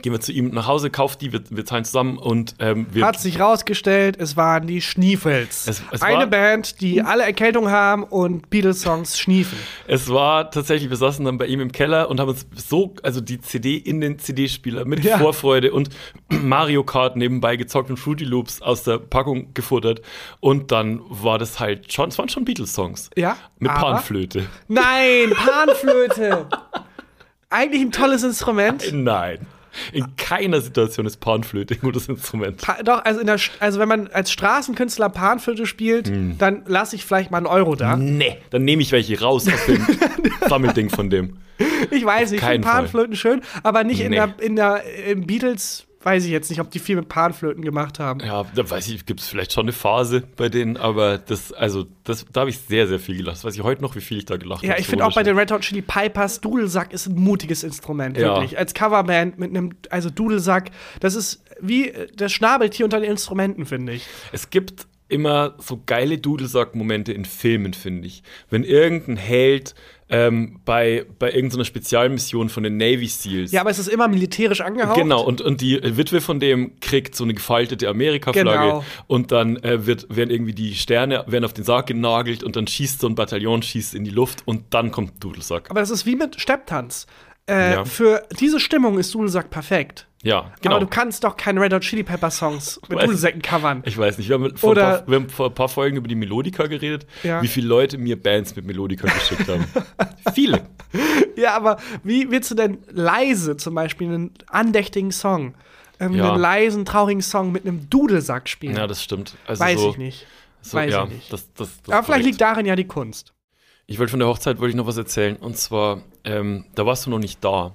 [SPEAKER 3] gehen wir zu ihm nach Hause, kauft die, wir, wir zahlen zusammen und ähm, wir
[SPEAKER 2] Hat sich rausgestellt, es waren die Schniefels.
[SPEAKER 3] Es- es
[SPEAKER 2] eine
[SPEAKER 3] war-
[SPEAKER 2] Band, die alle Erkältung haben und Beatles-Songs schniefen.
[SPEAKER 3] Es war tatsächlich, wir saßen dann bei ihm im Keller und haben uns so, also die CD in den CD-Spieler mit
[SPEAKER 2] Ja.
[SPEAKER 3] Vorfreude und Mario Kart nebenbei gezockt und Fruity Loops aus der Packung gefuttert. Und dann war das halt schon, es waren schon Beatles-Songs.
[SPEAKER 2] Ja,
[SPEAKER 3] Mit
[SPEAKER 2] aber-
[SPEAKER 3] Panflöte.
[SPEAKER 2] Nein, Panflöte! Eigentlich ein tolles Instrument.
[SPEAKER 3] Nein. In keiner Situation ist Panflöte ein gutes Instrument.
[SPEAKER 2] Ah. Pa doch, also, in der, St- also wenn man als Straßenkünstler Panflöte spielt, dann lasse ich vielleicht mal einen Euro da.
[SPEAKER 3] Hm. Nee, dann nehme ich welche raus aus dem Sammelding von dem.
[SPEAKER 2] Ich weiß nicht, ich
[SPEAKER 3] keinen
[SPEAKER 2] finde
[SPEAKER 3] Fall.
[SPEAKER 2] Panflöten schön, aber nicht in
[SPEAKER 3] Nee.
[SPEAKER 2] der, in der in Beatles, weiß ich jetzt nicht, ob die viel mit Panflöten gemacht haben.
[SPEAKER 3] Ja, da weiß ich, gibt es vielleicht schon eine Phase bei denen, aber das, also, das, da habe ich sehr, sehr viel gelacht. Das weiß ich heute noch, wie viel ich da gelacht habe.
[SPEAKER 2] Ja, ich
[SPEAKER 3] So
[SPEAKER 2] finde auch bei
[SPEAKER 3] wunderschön.
[SPEAKER 2] den Red Hot Chili Pipers, Dudelsack ist ein mutiges Instrument,
[SPEAKER 3] Ja.
[SPEAKER 2] wirklich. Als Coverband mit einem, also Dudelsack, das ist wie äh, das Schnabeltier unter den Instrumenten, finde ich.
[SPEAKER 3] Es gibt immer so geile Dudelsack-Momente in Filmen, finde ich. Wenn irgendein Held ähm, bei, bei irgendeiner Spezialmission von den Navy Seals.
[SPEAKER 2] Ja, aber es ist immer militärisch angehaucht.
[SPEAKER 3] Genau, und, und die Witwe von dem kriegt so eine gefaltete Amerika-Flagge
[SPEAKER 2] Genau.
[SPEAKER 3] und dann äh, wird, werden irgendwie die Sterne werden auf den Sarg genagelt und dann schießt so ein Bataillon, schießt in die Luft und dann kommt ein Dudelsack.
[SPEAKER 2] Aber das ist wie mit Stepptanz. Äh,
[SPEAKER 3] Ja.
[SPEAKER 2] Für diese Stimmung ist Dudelsack perfekt.
[SPEAKER 3] Ja, genau.
[SPEAKER 2] Aber du kannst doch keine Red Hot Chili Pepper Songs mit
[SPEAKER 3] Weiß-
[SPEAKER 2] Dudelsäcken covern.
[SPEAKER 3] Ich weiß nicht, wir haben, vor
[SPEAKER 2] Oder-
[SPEAKER 3] ein paar, wir haben vor ein paar Folgen über die Melodika geredet,
[SPEAKER 2] Ja.
[SPEAKER 3] wie viele Leute mir Bands mit Melodika geschickt haben. viele.
[SPEAKER 2] Ja, aber wie willst du denn leise zum Beispiel einen andächtigen Song, ähm,
[SPEAKER 3] Ja.
[SPEAKER 2] einen leisen, traurigen Song mit einem Dudelsack spielen?
[SPEAKER 3] Ja, das stimmt. Also
[SPEAKER 2] Weiß
[SPEAKER 3] so,
[SPEAKER 2] ich nicht.
[SPEAKER 3] So,
[SPEAKER 2] Weiß
[SPEAKER 3] ja,
[SPEAKER 2] ich nicht.
[SPEAKER 3] Das, das, das
[SPEAKER 2] aber vielleicht
[SPEAKER 3] korrekt.
[SPEAKER 2] liegt darin ja die Kunst.
[SPEAKER 3] Ich wollte von der Hochzeit wollte ich noch was erzählen. Und zwar, ähm, da warst du noch nicht da.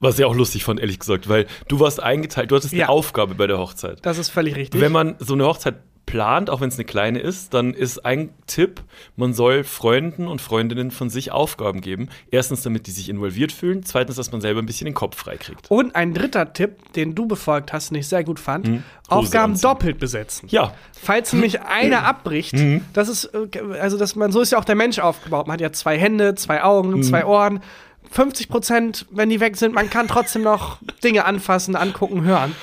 [SPEAKER 3] Was ich auch lustig fand, ehrlich gesagt, weil du warst eingeteilt, du hattest
[SPEAKER 2] Ja.
[SPEAKER 3] eine Aufgabe bei der Hochzeit.
[SPEAKER 2] Das ist völlig richtig.
[SPEAKER 3] Wenn man so eine Hochzeit plant, auch wenn es eine kleine ist, dann ist ein Tipp, man soll Freunden und Freundinnen von sich Aufgaben geben. Erstens, damit die sich involviert fühlen. Zweitens, dass man selber ein bisschen den Kopf freikriegt.
[SPEAKER 2] Und ein dritter Tipp, den du befolgt hast, den ich sehr gut fand:
[SPEAKER 3] Hm. Hose
[SPEAKER 2] Aufgaben
[SPEAKER 3] anziehen.
[SPEAKER 2] doppelt besetzen.
[SPEAKER 3] Ja,
[SPEAKER 2] Falls nämlich einer abbricht, das ist, äh, also dass man, so ist ja auch der Mensch aufgebaut. Man hat ja zwei Hände, zwei Augen, zwei Ohren. 50 Prozent, wenn die weg sind, man kann trotzdem noch Dinge anfassen, angucken, hören.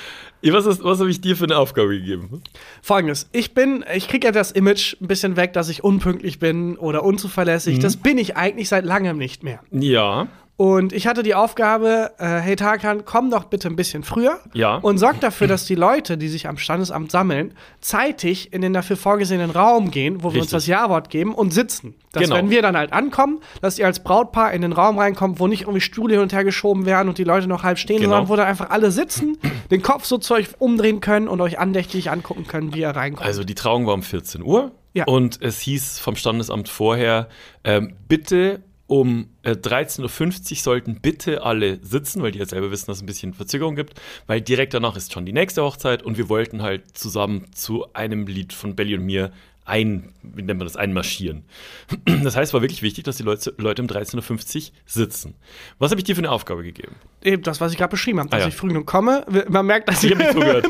[SPEAKER 3] Ja, was, hast- was habe ich dir für eine Aufgabe gegeben?
[SPEAKER 2] Folgendes, ich bin, ich kriege ja das Image ein bisschen weg, dass ich unpünktlich bin oder unzuverlässig. Das bin ich eigentlich seit langem nicht mehr.
[SPEAKER 3] Ja,
[SPEAKER 2] Und ich hatte die Aufgabe, äh, hey Tarkan, komm doch bitte ein bisschen früher
[SPEAKER 3] Ja.
[SPEAKER 2] und sorg dafür, dass die Leute, die sich am Standesamt sammeln, zeitig in den dafür vorgesehenen Raum gehen, wo wir uns
[SPEAKER 3] Richtig.
[SPEAKER 2] das Ja-Wort geben und sitzen. Dass
[SPEAKER 3] Genau.
[SPEAKER 2] wenn wir dann halt ankommen, dass ihr als Brautpaar in den Raum reinkommt, wo nicht irgendwie Stühle hin und her geschoben werden und die Leute noch halb stehen,
[SPEAKER 3] Genau.
[SPEAKER 2] sondern wo dann einfach alle sitzen, den Kopf so zu euch umdrehen können und euch andächtig angucken können, wie ihr reinkommt.
[SPEAKER 3] also die Trauung war um 14 Uhr
[SPEAKER 2] Ja.
[SPEAKER 3] und es hieß vom Standesamt vorher, ähm, bitte um äh, 13.50 Uhr sollten bitte alle sitzen, weil die ja selber wissen, dass es ein bisschen Verzögerung gibt, weil direkt danach ist schon die nächste Hochzeit und wir wollten halt zusammen zu einem Lied von Belly und mir ein, wie nennt man das, einmarschieren. Das heißt, war wirklich wichtig, dass die Leute, Leute um 13.50 Uhr sitzen. Was habe ich dir für eine Aufgabe gegeben?
[SPEAKER 2] Eben das, was ich gerade beschrieben habe, dass
[SPEAKER 3] Ah, ja.
[SPEAKER 2] ich früh genug komme. Man merkt, dass
[SPEAKER 3] Ich
[SPEAKER 2] ich
[SPEAKER 3] habe nicht zugehört.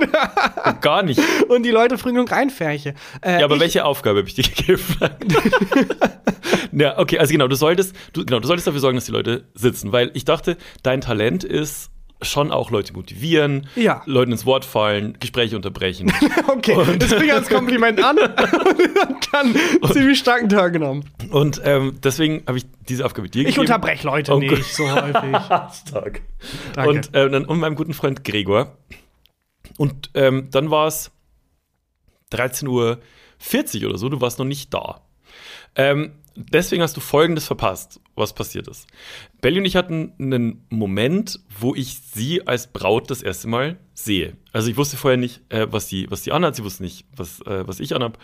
[SPEAKER 3] Gar nicht.
[SPEAKER 2] und die Leute früh genug reinfärche. Äh,
[SPEAKER 3] Ja, aber
[SPEAKER 2] ich-
[SPEAKER 3] welche Aufgabe habe ich dir gegeben? ja, okay, also genau, du solltest, du, genau, du solltest dafür sorgen, dass die Leute sitzen, weil ich dachte, dein Talent ist schon auch Leute motivieren,
[SPEAKER 2] Ja.
[SPEAKER 3] Leuten ins Wort fallen, Gespräche unterbrechen.
[SPEAKER 2] Okay, das fing als Kompliment an und dann ziemlich starken Turn genommen.
[SPEAKER 3] Und ähm, deswegen habe ich diese Aufgabe dir
[SPEAKER 2] Ich
[SPEAKER 3] gegeben.
[SPEAKER 2] unterbreche Leute
[SPEAKER 3] Oh Gott.
[SPEAKER 2] nicht so häufig.
[SPEAKER 3] Stark.
[SPEAKER 2] Danke.
[SPEAKER 3] Und ähm, dann und meinem guten Freund Gregor. Und ähm, dann war es 13.40 Uhr oder so, du warst noch nicht da. Ähm, deswegen hast du Folgendes verpasst, was passiert ist. Belly und ich hatten einen Moment, wo ich sie als Braut das erste Mal sehe. Also ich wusste vorher nicht, äh, was sie was sie anhat, sie wusste nicht, was, äh, was ich anhab.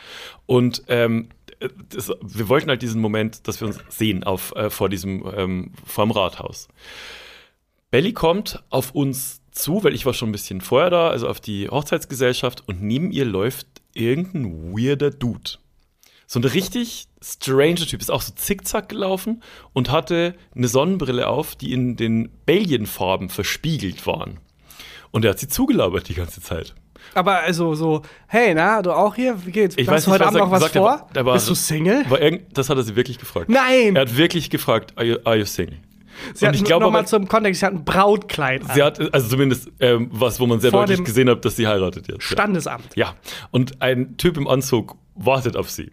[SPEAKER 3] Und ähm, äh, das, wir wollten halt diesen Moment, dass wir uns sehen auf, äh, vor diesem, ähm, vor dem Rathaus. Belly kommt auf uns zu, weil ich war schon ein bisschen vorher da, also auf die Hochzeitsgesellschaft und neben ihr läuft irgendein weirder Dude. So ein richtig stranger Typ, ist auch so zickzack gelaufen und hatte eine Sonnenbrille auf, die in den Belgienfarben verspiegelt waren. Und er hat sie zugelabert die ganze Zeit.
[SPEAKER 2] aber also so, hey, na, du auch hier? Wie geht's?
[SPEAKER 3] Ich
[SPEAKER 2] Hast
[SPEAKER 3] weiß
[SPEAKER 2] du heute
[SPEAKER 3] nicht, was
[SPEAKER 2] Abend
[SPEAKER 3] er
[SPEAKER 2] noch was
[SPEAKER 3] gesagt hat,
[SPEAKER 2] vor?
[SPEAKER 3] aber- also aber-
[SPEAKER 2] Bist du Single?
[SPEAKER 3] War irgend, das hat er sie wirklich gefragt.
[SPEAKER 2] Nein!
[SPEAKER 3] Er hat wirklich gefragt, are you, are you single?
[SPEAKER 2] Sie
[SPEAKER 3] und
[SPEAKER 2] hat,
[SPEAKER 3] ich glaube,
[SPEAKER 2] nochmal
[SPEAKER 3] aber-
[SPEAKER 2] zum Kontext, sie hat ein Brautkleid an.
[SPEAKER 3] sie hat, also zumindest ähm, was, wo man sehr
[SPEAKER 2] Vor
[SPEAKER 3] deutlich
[SPEAKER 2] dem
[SPEAKER 3] gesehen hat, dass sie heiratet jetzt. ja.
[SPEAKER 2] Standesamt.
[SPEAKER 3] Ja, und ein Typ im Anzug wartet auf sie.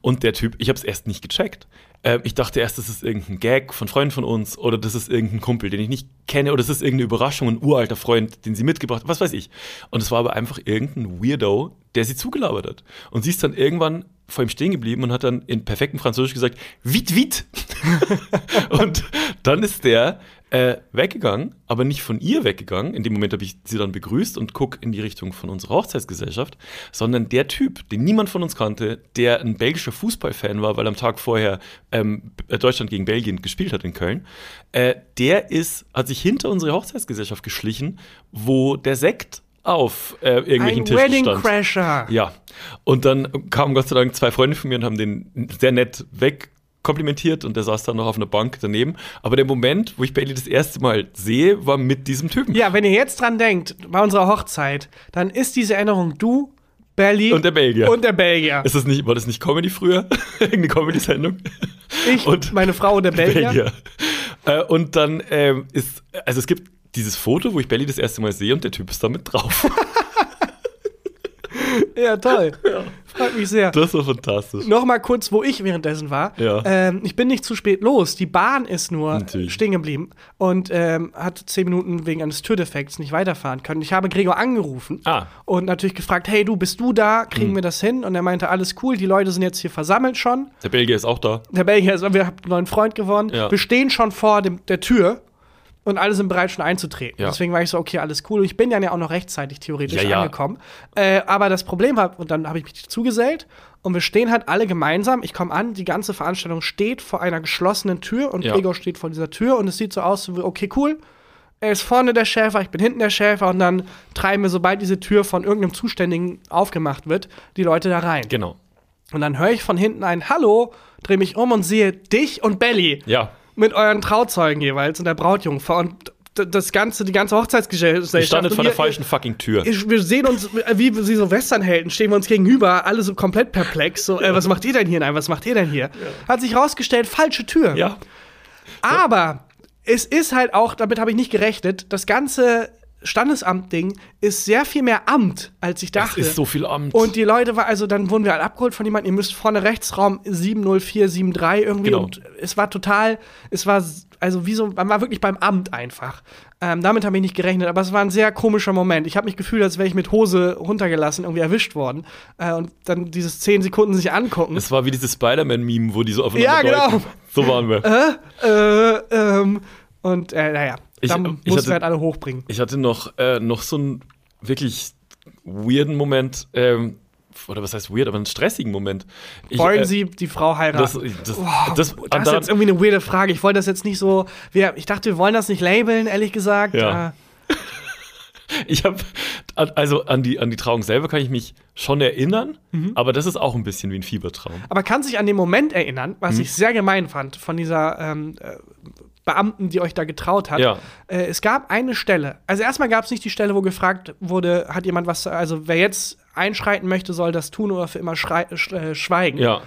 [SPEAKER 3] Und der Typ, ich habe es erst nicht gecheckt. Ähm, ich dachte erst, das ist irgendein Gag von Freunden von uns oder das ist irgendein Kumpel, den ich nicht kenne oder das ist irgendeine Überraschung, ein uralter Freund, den sie mitgebracht hat, was weiß ich. Und es war aber einfach irgendein Weirdo, der sie zugelabert hat. Und sie ist dann irgendwann vor ihm stehen geblieben und hat dann in perfektem Französisch gesagt, wit, wit. und dann ist der äh, weggegangen, aber nicht von ihr weggegangen. In dem Moment habe ich sie dann begrüßt und gucke in die Richtung von unserer Hochzeitsgesellschaft, sondern der Typ, den niemand von uns kannte, der ein belgischer Fußballfan war, weil am Tag vorher ähm, Deutschland gegen Belgien gespielt hat in Köln, äh, der ist, hat sich hinter unsere Hochzeitsgesellschaft geschlichen, wo der Sekt auf äh, irgendwelchen
[SPEAKER 2] Ein
[SPEAKER 3] Tischen
[SPEAKER 2] Wedding
[SPEAKER 3] stand.
[SPEAKER 2] Crasher.
[SPEAKER 3] Ja. Und dann kamen Gott sei Dank zwei Freunde von mir und haben den sehr nett wegkomplimentiert und der saß dann noch auf einer Bank daneben. Aber der Moment, wo ich Bailey das erste Mal sehe, war mit diesem Typen.
[SPEAKER 2] Ja, wenn ihr jetzt dran denkt, bei unserer Hochzeit, dann ist diese Erinnerung du, Belly
[SPEAKER 3] Und der Belgier.
[SPEAKER 2] Und der Belgier.
[SPEAKER 3] Ist das nicht, war das nicht Comedy früher? Irgendeine Comedy-Sendung?
[SPEAKER 2] ich
[SPEAKER 3] und-
[SPEAKER 2] und meine Frau und der Belgier.
[SPEAKER 3] Belgier. Äh, und dann ähm, ist, also es gibt dieses Foto, wo ich Belly das erste Mal sehe und der Typ ist da mit drauf.
[SPEAKER 2] Ja, toll. Freut mich sehr.
[SPEAKER 3] Das war fantastisch.
[SPEAKER 2] noch mal kurz, wo ich währenddessen war.
[SPEAKER 3] Ja.
[SPEAKER 2] Ähm, ich bin nicht zu spät los. Die Bahn ist nur
[SPEAKER 3] Natürlich.
[SPEAKER 2] stehen geblieben und ähm, hat zehn Minuten wegen eines Türdefekts nicht weiterfahren können. Ich habe Gregor angerufen
[SPEAKER 3] Ah. Hm.
[SPEAKER 2] und natürlich gefragt, hey du, bist du da? Kriegen wir das hin? Und er meinte, alles cool, die Leute sind jetzt hier versammelt schon.
[SPEAKER 3] Der Belgier ist auch da.
[SPEAKER 2] Der Belgier ist, also wir haben einen neuen Freund gewonnen.
[SPEAKER 3] Ja.
[SPEAKER 2] Wir stehen schon vor dem, der Tür und alle sind bereit, schon einzutreten.
[SPEAKER 3] Ja.
[SPEAKER 2] Deswegen war ich so, okay, alles cool. Ich bin dann ja auch noch rechtzeitig theoretisch
[SPEAKER 3] Ja, ja.
[SPEAKER 2] angekommen. Äh, aber das Problem war, und dann habe ich mich zugesellt und wir stehen halt alle gemeinsam. Ich komme an, die ganze Veranstaltung steht vor einer geschlossenen Tür und
[SPEAKER 3] Ja.
[SPEAKER 2] Gregor steht vor dieser Tür und es sieht so aus, so wie, okay, cool. Er ist vorne der Schäfer, ich bin hinten der Schäfer und dann treiben wir, sobald diese Tür von irgendeinem Zuständigen aufgemacht wird, die Leute da rein.
[SPEAKER 3] Genau.
[SPEAKER 2] Und dann höre ich von hinten ein Hallo, drehe mich um und sehe dich und Belly
[SPEAKER 3] Ja.
[SPEAKER 2] mit euren Trauzeugen jeweils und der Brautjungfer und d- das ganze, die ganze Hochzeitsgesellschaft.
[SPEAKER 3] Ich standet
[SPEAKER 2] Und
[SPEAKER 3] vor der
[SPEAKER 2] wir-
[SPEAKER 3] falschen fucking Tür.
[SPEAKER 2] Ich, wir sehen uns, äh, wie wir sie so Westernhelden, stehen wir uns gegenüber, alle so komplett perplex. So, äh, was macht ihr denn hier? Nein, was macht ihr denn hier? Hat sich rausgestellt, falsche Tür.
[SPEAKER 3] ja.
[SPEAKER 2] Aber es ist halt auch, damit habe ich nicht gerechnet, das ganze Standesamt-Ding ist sehr viel mehr Amt, als ich dachte.
[SPEAKER 3] ist so viel Amt.
[SPEAKER 2] Und die Leute war, also dann wurden wir halt abgeholt von jemandem, ihr müsst vorne rechts Raum 70473 irgendwie.
[SPEAKER 3] Genau.
[SPEAKER 2] Und es war total, es war, s- also wie so, man war wirklich beim Amt einfach. Ähm, damit habe ich nicht gerechnet, aber es war ein sehr komischer Moment. Ich habe mich gefühlt, als wäre ich mit Hose runtergelassen, irgendwie erwischt worden. Äh, und dann dieses 10 Sekunden sich angucken.
[SPEAKER 3] Es war wie dieses Spider-Man-Meme, wo die so aufeinander
[SPEAKER 2] Ja, genau.
[SPEAKER 3] deuten. So waren wir.
[SPEAKER 2] äh, ähm, und äh, naja,
[SPEAKER 3] Ich-
[SPEAKER 2] dann
[SPEAKER 3] ich
[SPEAKER 2] mussten
[SPEAKER 3] hatte-
[SPEAKER 2] wir halt alle hochbringen.
[SPEAKER 3] Ich hatte noch, äh, noch so einen wirklich weirden Moment, ähm, oder was heißt weird, aber einen stressigen Moment. Ich,
[SPEAKER 2] Wollen
[SPEAKER 3] äh,
[SPEAKER 2] Sie die Frau heiraten?
[SPEAKER 3] Das, das,
[SPEAKER 2] Wow, Oh,
[SPEAKER 3] das,
[SPEAKER 2] das, ist
[SPEAKER 3] daran-
[SPEAKER 2] jetzt irgendwie eine weirde Frage. Ich wollte das jetzt nicht so. Wir, ich dachte, wir wollen das nicht labeln, ehrlich gesagt.
[SPEAKER 3] Ja.
[SPEAKER 2] Äh,
[SPEAKER 3] ich habe also an die, an die Trauung selber kann ich mich schon erinnern,
[SPEAKER 2] Mhm.
[SPEAKER 3] aber das ist auch ein bisschen wie ein Fiebertraum.
[SPEAKER 2] aber kann sich an den Moment erinnern,
[SPEAKER 3] Mhm.
[SPEAKER 2] was ich sehr gemein fand von dieser ähm, äh, Beamten, die euch da getraut hat.
[SPEAKER 3] Ja.
[SPEAKER 2] Äh, es gab eine Stelle. Also erstmal gab es nicht die Stelle, wo gefragt wurde, hat jemand was. Also wer jetzt einschreiten möchte, soll das tun oder für immer schrei- sch äh, schweigen.
[SPEAKER 3] Ja.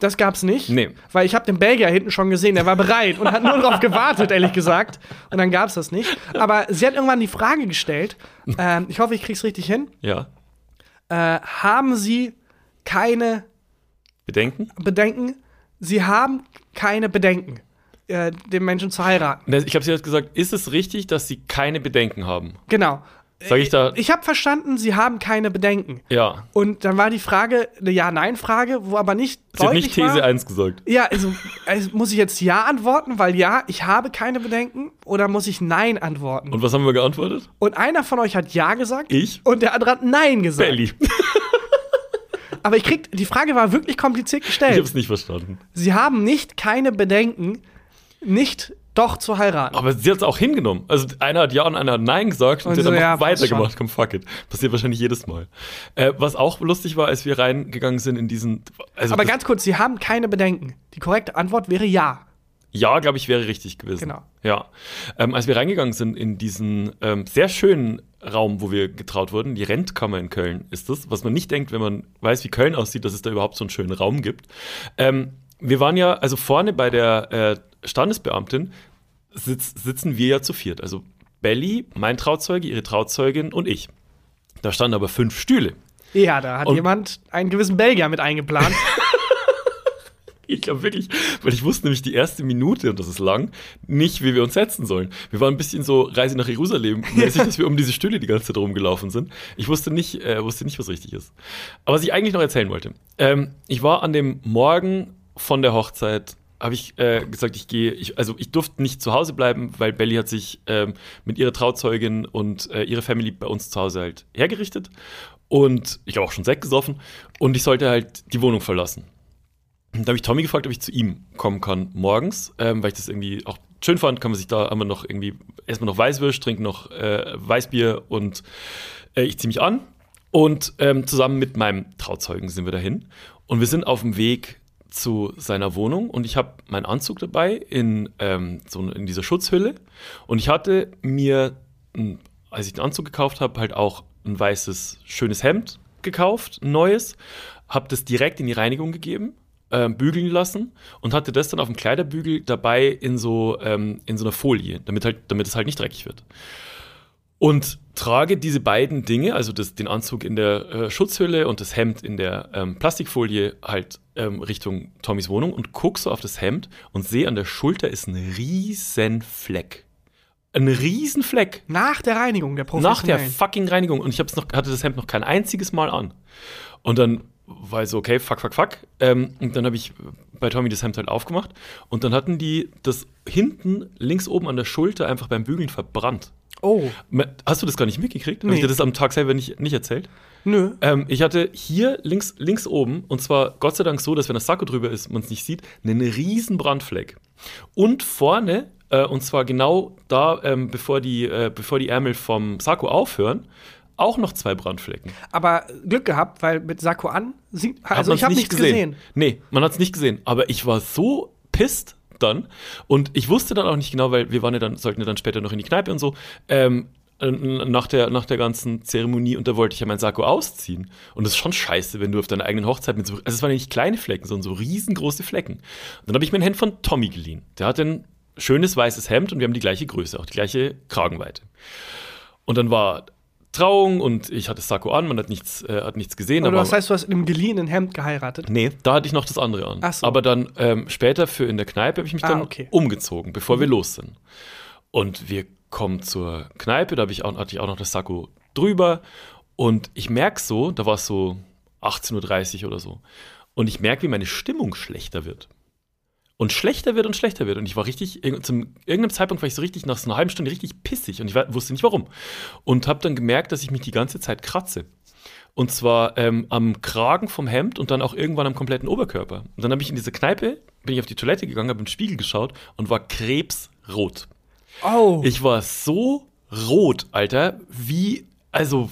[SPEAKER 2] Das gab's nicht.
[SPEAKER 3] Nee.
[SPEAKER 2] Weil ich habe den Belgier hinten schon gesehen, der war bereit und hat nur darauf gewartet, ehrlich gesagt. Und dann gab's das nicht. Aber sie hat irgendwann die Frage gestellt, ähm, ich hoffe, ich krieg's richtig hin,
[SPEAKER 3] Ja.
[SPEAKER 2] äh, haben Sie keine
[SPEAKER 3] Bedenken?
[SPEAKER 2] Bedenken? Sie haben keine Bedenken, äh, den Menschen zu heiraten.
[SPEAKER 3] Ne, Ich glaube, sie hat gesagt, ist es richtig, dass sie keine Bedenken haben?
[SPEAKER 2] Genau.
[SPEAKER 3] Sag ich da,
[SPEAKER 2] Ich habe verstanden, Sie haben keine Bedenken.
[SPEAKER 3] ja.
[SPEAKER 2] Und dann war die Frage eine Ja-Nein-Frage, wo aber nicht
[SPEAKER 3] Sie hat
[SPEAKER 2] deutlich
[SPEAKER 3] nicht These
[SPEAKER 2] war,
[SPEAKER 3] 1 gesagt.
[SPEAKER 2] Ja, also, also muss ich jetzt Ja antworten, weil ja, ich habe keine Bedenken, oder muss ich Nein antworten?
[SPEAKER 3] Und was haben wir geantwortet?
[SPEAKER 2] Und einer von euch hat Ja gesagt.
[SPEAKER 3] Ich?
[SPEAKER 2] Und der andere hat Nein gesagt.
[SPEAKER 3] Belly.
[SPEAKER 2] Aber ich krieg, die Frage war wirklich kompliziert
[SPEAKER 3] Ich habe es
[SPEAKER 2] gestellt.
[SPEAKER 3] nicht verstanden.
[SPEAKER 2] Sie haben nicht keine Bedenken, nicht doch zu heiraten.
[SPEAKER 3] Aber sie hat es auch hingenommen. Also einer hat ja und einer hat nein gesagt und,
[SPEAKER 2] Und
[SPEAKER 3] sie hat
[SPEAKER 2] so,
[SPEAKER 3] dann noch
[SPEAKER 2] ja, passt
[SPEAKER 3] weitergemacht. Komm, fuck it. Passiert wahrscheinlich jedes Mal. Äh, was auch lustig war, als wir reingegangen sind in diesen. Also
[SPEAKER 2] aber
[SPEAKER 3] das
[SPEAKER 2] ganz kurz, Sie haben keine Bedenken. Die korrekte Antwort wäre Ja.
[SPEAKER 3] Ja, glaube ich, wäre richtig gewesen.
[SPEAKER 2] Genau.
[SPEAKER 3] Ja. Ähm, als wir reingegangen sind in diesen ähm, sehr schönen Raum, wo wir getraut wurden, die Rentkammer in Köln ist das, was man nicht denkt, wenn man weiß, wie Köln aussieht, dass es da überhaupt so einen schönen Raum gibt. Ähm, wir waren ja, also vorne bei der äh, Standesbeamtin sitz, sitzen wir ja zu viert. Also Belly, mein Trauzeuge, ihre Trauzeugin und ich. Da standen aber fünf Stühle.
[SPEAKER 2] Ja, da hat
[SPEAKER 3] Und-
[SPEAKER 2] jemand einen gewissen Belgier mit eingeplant.
[SPEAKER 3] Ich glaube wirklich, weil ich wusste nämlich die erste Minute, und das ist lang, nicht, wie wir uns setzen sollen. Wir waren ein bisschen so Reise nach Jerusalem, mäßig, dass wir um diese Stühle die ganze Zeit rumgelaufen sind. Ich wusste nicht, äh, wusste nicht, was richtig ist. Aber was ich eigentlich noch erzählen wollte. Ähm, ich war an dem Morgen von der Hochzeit habe ich äh, gesagt, ich gehe, ich, also ich durfte nicht zu Hause bleiben, weil Belly hat sich ähm, mit ihrer Trauzeugin und äh, ihrer Family bei uns zu Hause halt hergerichtet. Und ich habe auch schon Sekt gesoffen. Und ich sollte halt die Wohnung verlassen. Und da habe ich Tommy gefragt, ob ich zu ihm kommen kann morgens, ähm, weil ich das irgendwie auch schön fand, kann man sich da einmal noch irgendwie erstmal noch Weißwürsch, trinken noch äh, Weißbier und äh, ich ziehe mich an. Und ähm, zusammen mit meinem Trauzeugen sind wir dahin. Und wir sind auf dem Weg zu seiner Wohnung und ich habe meinen Anzug dabei in, ähm, so in dieser Schutzhülle. Und ich hatte mir, als ich den Anzug gekauft habe, halt auch ein weißes, schönes Hemd gekauft, ein neues. Habe das direkt in die Reinigung gegeben, äh, bügeln lassen und hatte das dann auf dem Kleiderbügel dabei in so, ähm, in so einer Folie, damit, halt, damit es halt nicht dreckig wird. Und trage diese beiden Dinge, also das, den Anzug in der äh, Schutzhülle und das Hemd in der ähm, Plastikfolie, halt ähm, Richtung Tommys Wohnung und gucke so auf das Hemd und sehe an der Schulter ist ein riesen Fleck. Ein riesen Fleck.
[SPEAKER 2] Nach der Reinigung, der
[SPEAKER 3] Nach der fucking Reinigung. Und ich hab's noch, hatte das Hemd noch kein einziges Mal an. Und dann war ich so, okay, fuck, fuck, fuck. Ähm, und dann habe ich bei Tommy das Hemd halt aufgemacht. Und dann hatten die das hinten links oben an der Schulter einfach beim Bügeln verbrannt.
[SPEAKER 2] Oh.
[SPEAKER 3] Hast du das gar nicht mitgekriegt?
[SPEAKER 2] Nee.
[SPEAKER 3] Hab ich dir das am Tag selber nicht, nicht erzählt?
[SPEAKER 2] Nö.
[SPEAKER 3] Ähm, ich hatte hier links, links oben, und zwar Gott sei Dank so, dass wenn das Sakko drüber ist, man es nicht sieht, einen riesen Brandfleck. Und vorne, äh, und zwar genau da, ähm, bevor, die, äh, bevor die Ärmel vom Sakko aufhören, auch noch zwei Brandflecken.
[SPEAKER 2] Aber Glück gehabt, weil mit Sakko an, sieht,
[SPEAKER 3] Hat
[SPEAKER 2] also ich
[SPEAKER 3] man's
[SPEAKER 2] habe nichts gesehen.
[SPEAKER 3] Nee, man hat es nicht gesehen. Aber ich war so pisst dann. Und ich wusste dann auch nicht genau, weil wir waren ja dann, sollten ja dann später noch in die Kneipe und so. Ähm, äh, nach der, nach der ganzen Zeremonie und da wollte ich ja mein Sakko ausziehen. Und das ist schon scheiße, wenn du auf deiner eigenen Hochzeit mit so. Also es waren ja nicht kleine Flecken, sondern so riesengroße Flecken. Und dann habe ich mir ein Hemd von Tommy geliehen. Der hat ein schönes weißes Hemd und wir haben die gleiche Größe, auch die gleiche Kragenweite. Und dann war Trauung und ich hatte Sakko an, man hat nichts, äh, hat nichts gesehen.
[SPEAKER 2] Aber das heißt, du hast in einem geliehenen Hemd geheiratet.
[SPEAKER 3] Nee, da hatte ich noch das andere an.
[SPEAKER 2] Ach so.
[SPEAKER 3] Aber dann ähm, später für in der Kneipe habe ich mich
[SPEAKER 2] Ah,
[SPEAKER 3] dann
[SPEAKER 2] okay. Mhm.
[SPEAKER 3] umgezogen, bevor wir los sind. Und wir kommen zur Kneipe, da hab ich auch, hatte ich auch noch das Sakko drüber. Und ich merke so, da war es so 18.30 Uhr oder so. Und ich merke, wie meine Stimmung schlechter wird. Und schlechter wird und schlechter wird. Und ich war richtig, irg- zum irgendeinem Zeitpunkt war ich so richtig, nach so einer halben Stunde richtig pissig. Und ich wa- wusste nicht warum. Und habe dann gemerkt, dass ich mich die ganze Zeit kratze. Und zwar ähm, am Kragen vom Hemd und dann auch irgendwann am kompletten Oberkörper. Und dann habe ich in diese Kneipe, bin ich auf die Toilette gegangen, habe im Spiegel geschaut und war krebsrot.
[SPEAKER 2] Oh.
[SPEAKER 3] Ich war so rot, Alter, wie, also,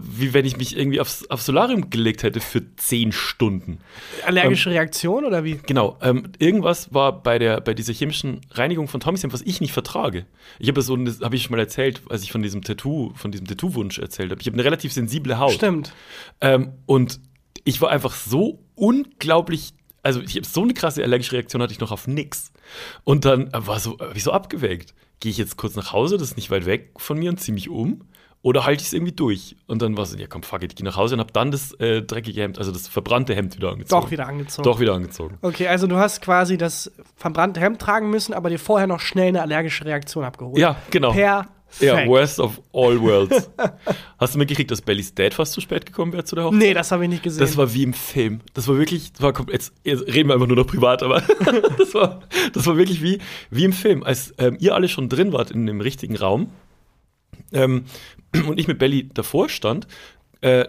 [SPEAKER 3] wie wenn ich mich irgendwie aufs, aufs Solarium gelegt hätte für zehn Stunden.
[SPEAKER 2] Allergische
[SPEAKER 3] Ähm,
[SPEAKER 2] Reaktion oder wie?
[SPEAKER 3] Genau, ähm, irgendwas war bei der bei dieser chemischen Reinigung von Tommys Hemd, was ich nicht vertrage. Ich habe so eine- das habe ich schon mal erzählt, als ich von diesem Tattoo, von diesem Tattoo-Wunsch erzählt habe. Ich habe eine relativ sensible Haut.
[SPEAKER 2] Stimmt.
[SPEAKER 3] Ähm, und ich war einfach so unglaublich, also ich habe so eine krasse allergische Reaktion hatte ich noch auf nix. Und dann äh, war so, hab ich so abgewägt. Gehe ich jetzt kurz nach Hause, das ist nicht weit weg von mir und zieh mich um? Oder halte ich es irgendwie durch? Und dann war so, ja komm, fuck it, ich geh nach Hause und hab dann das äh, dreckige Hemd, also das verbrannte Hemd wieder angezogen.
[SPEAKER 2] Doch wieder angezogen.
[SPEAKER 3] Doch wieder angezogen.
[SPEAKER 2] Okay, also du hast quasi das verbrannte Hemd tragen müssen, aber dir vorher noch schnell eine allergische Reaktion abgeholt.
[SPEAKER 3] Ja, genau.
[SPEAKER 2] Perfekt.
[SPEAKER 3] ja, worst of all worlds. Hast du mitgekriegt, dass Bellys Dad fast zu spät gekommen wäre zu der Hochzeit?
[SPEAKER 2] nee, das habe ich nicht gesehen.
[SPEAKER 3] Das war wie im Film. Das war wirklich, das war komplett, jetzt, jetzt reden wir einfach nur noch privat, aber das, war, das war wirklich wie, wie im Film. Als ähm, ihr alle schon drin wart in dem richtigen Raum ähm, und ich mit Belly davor stand, äh,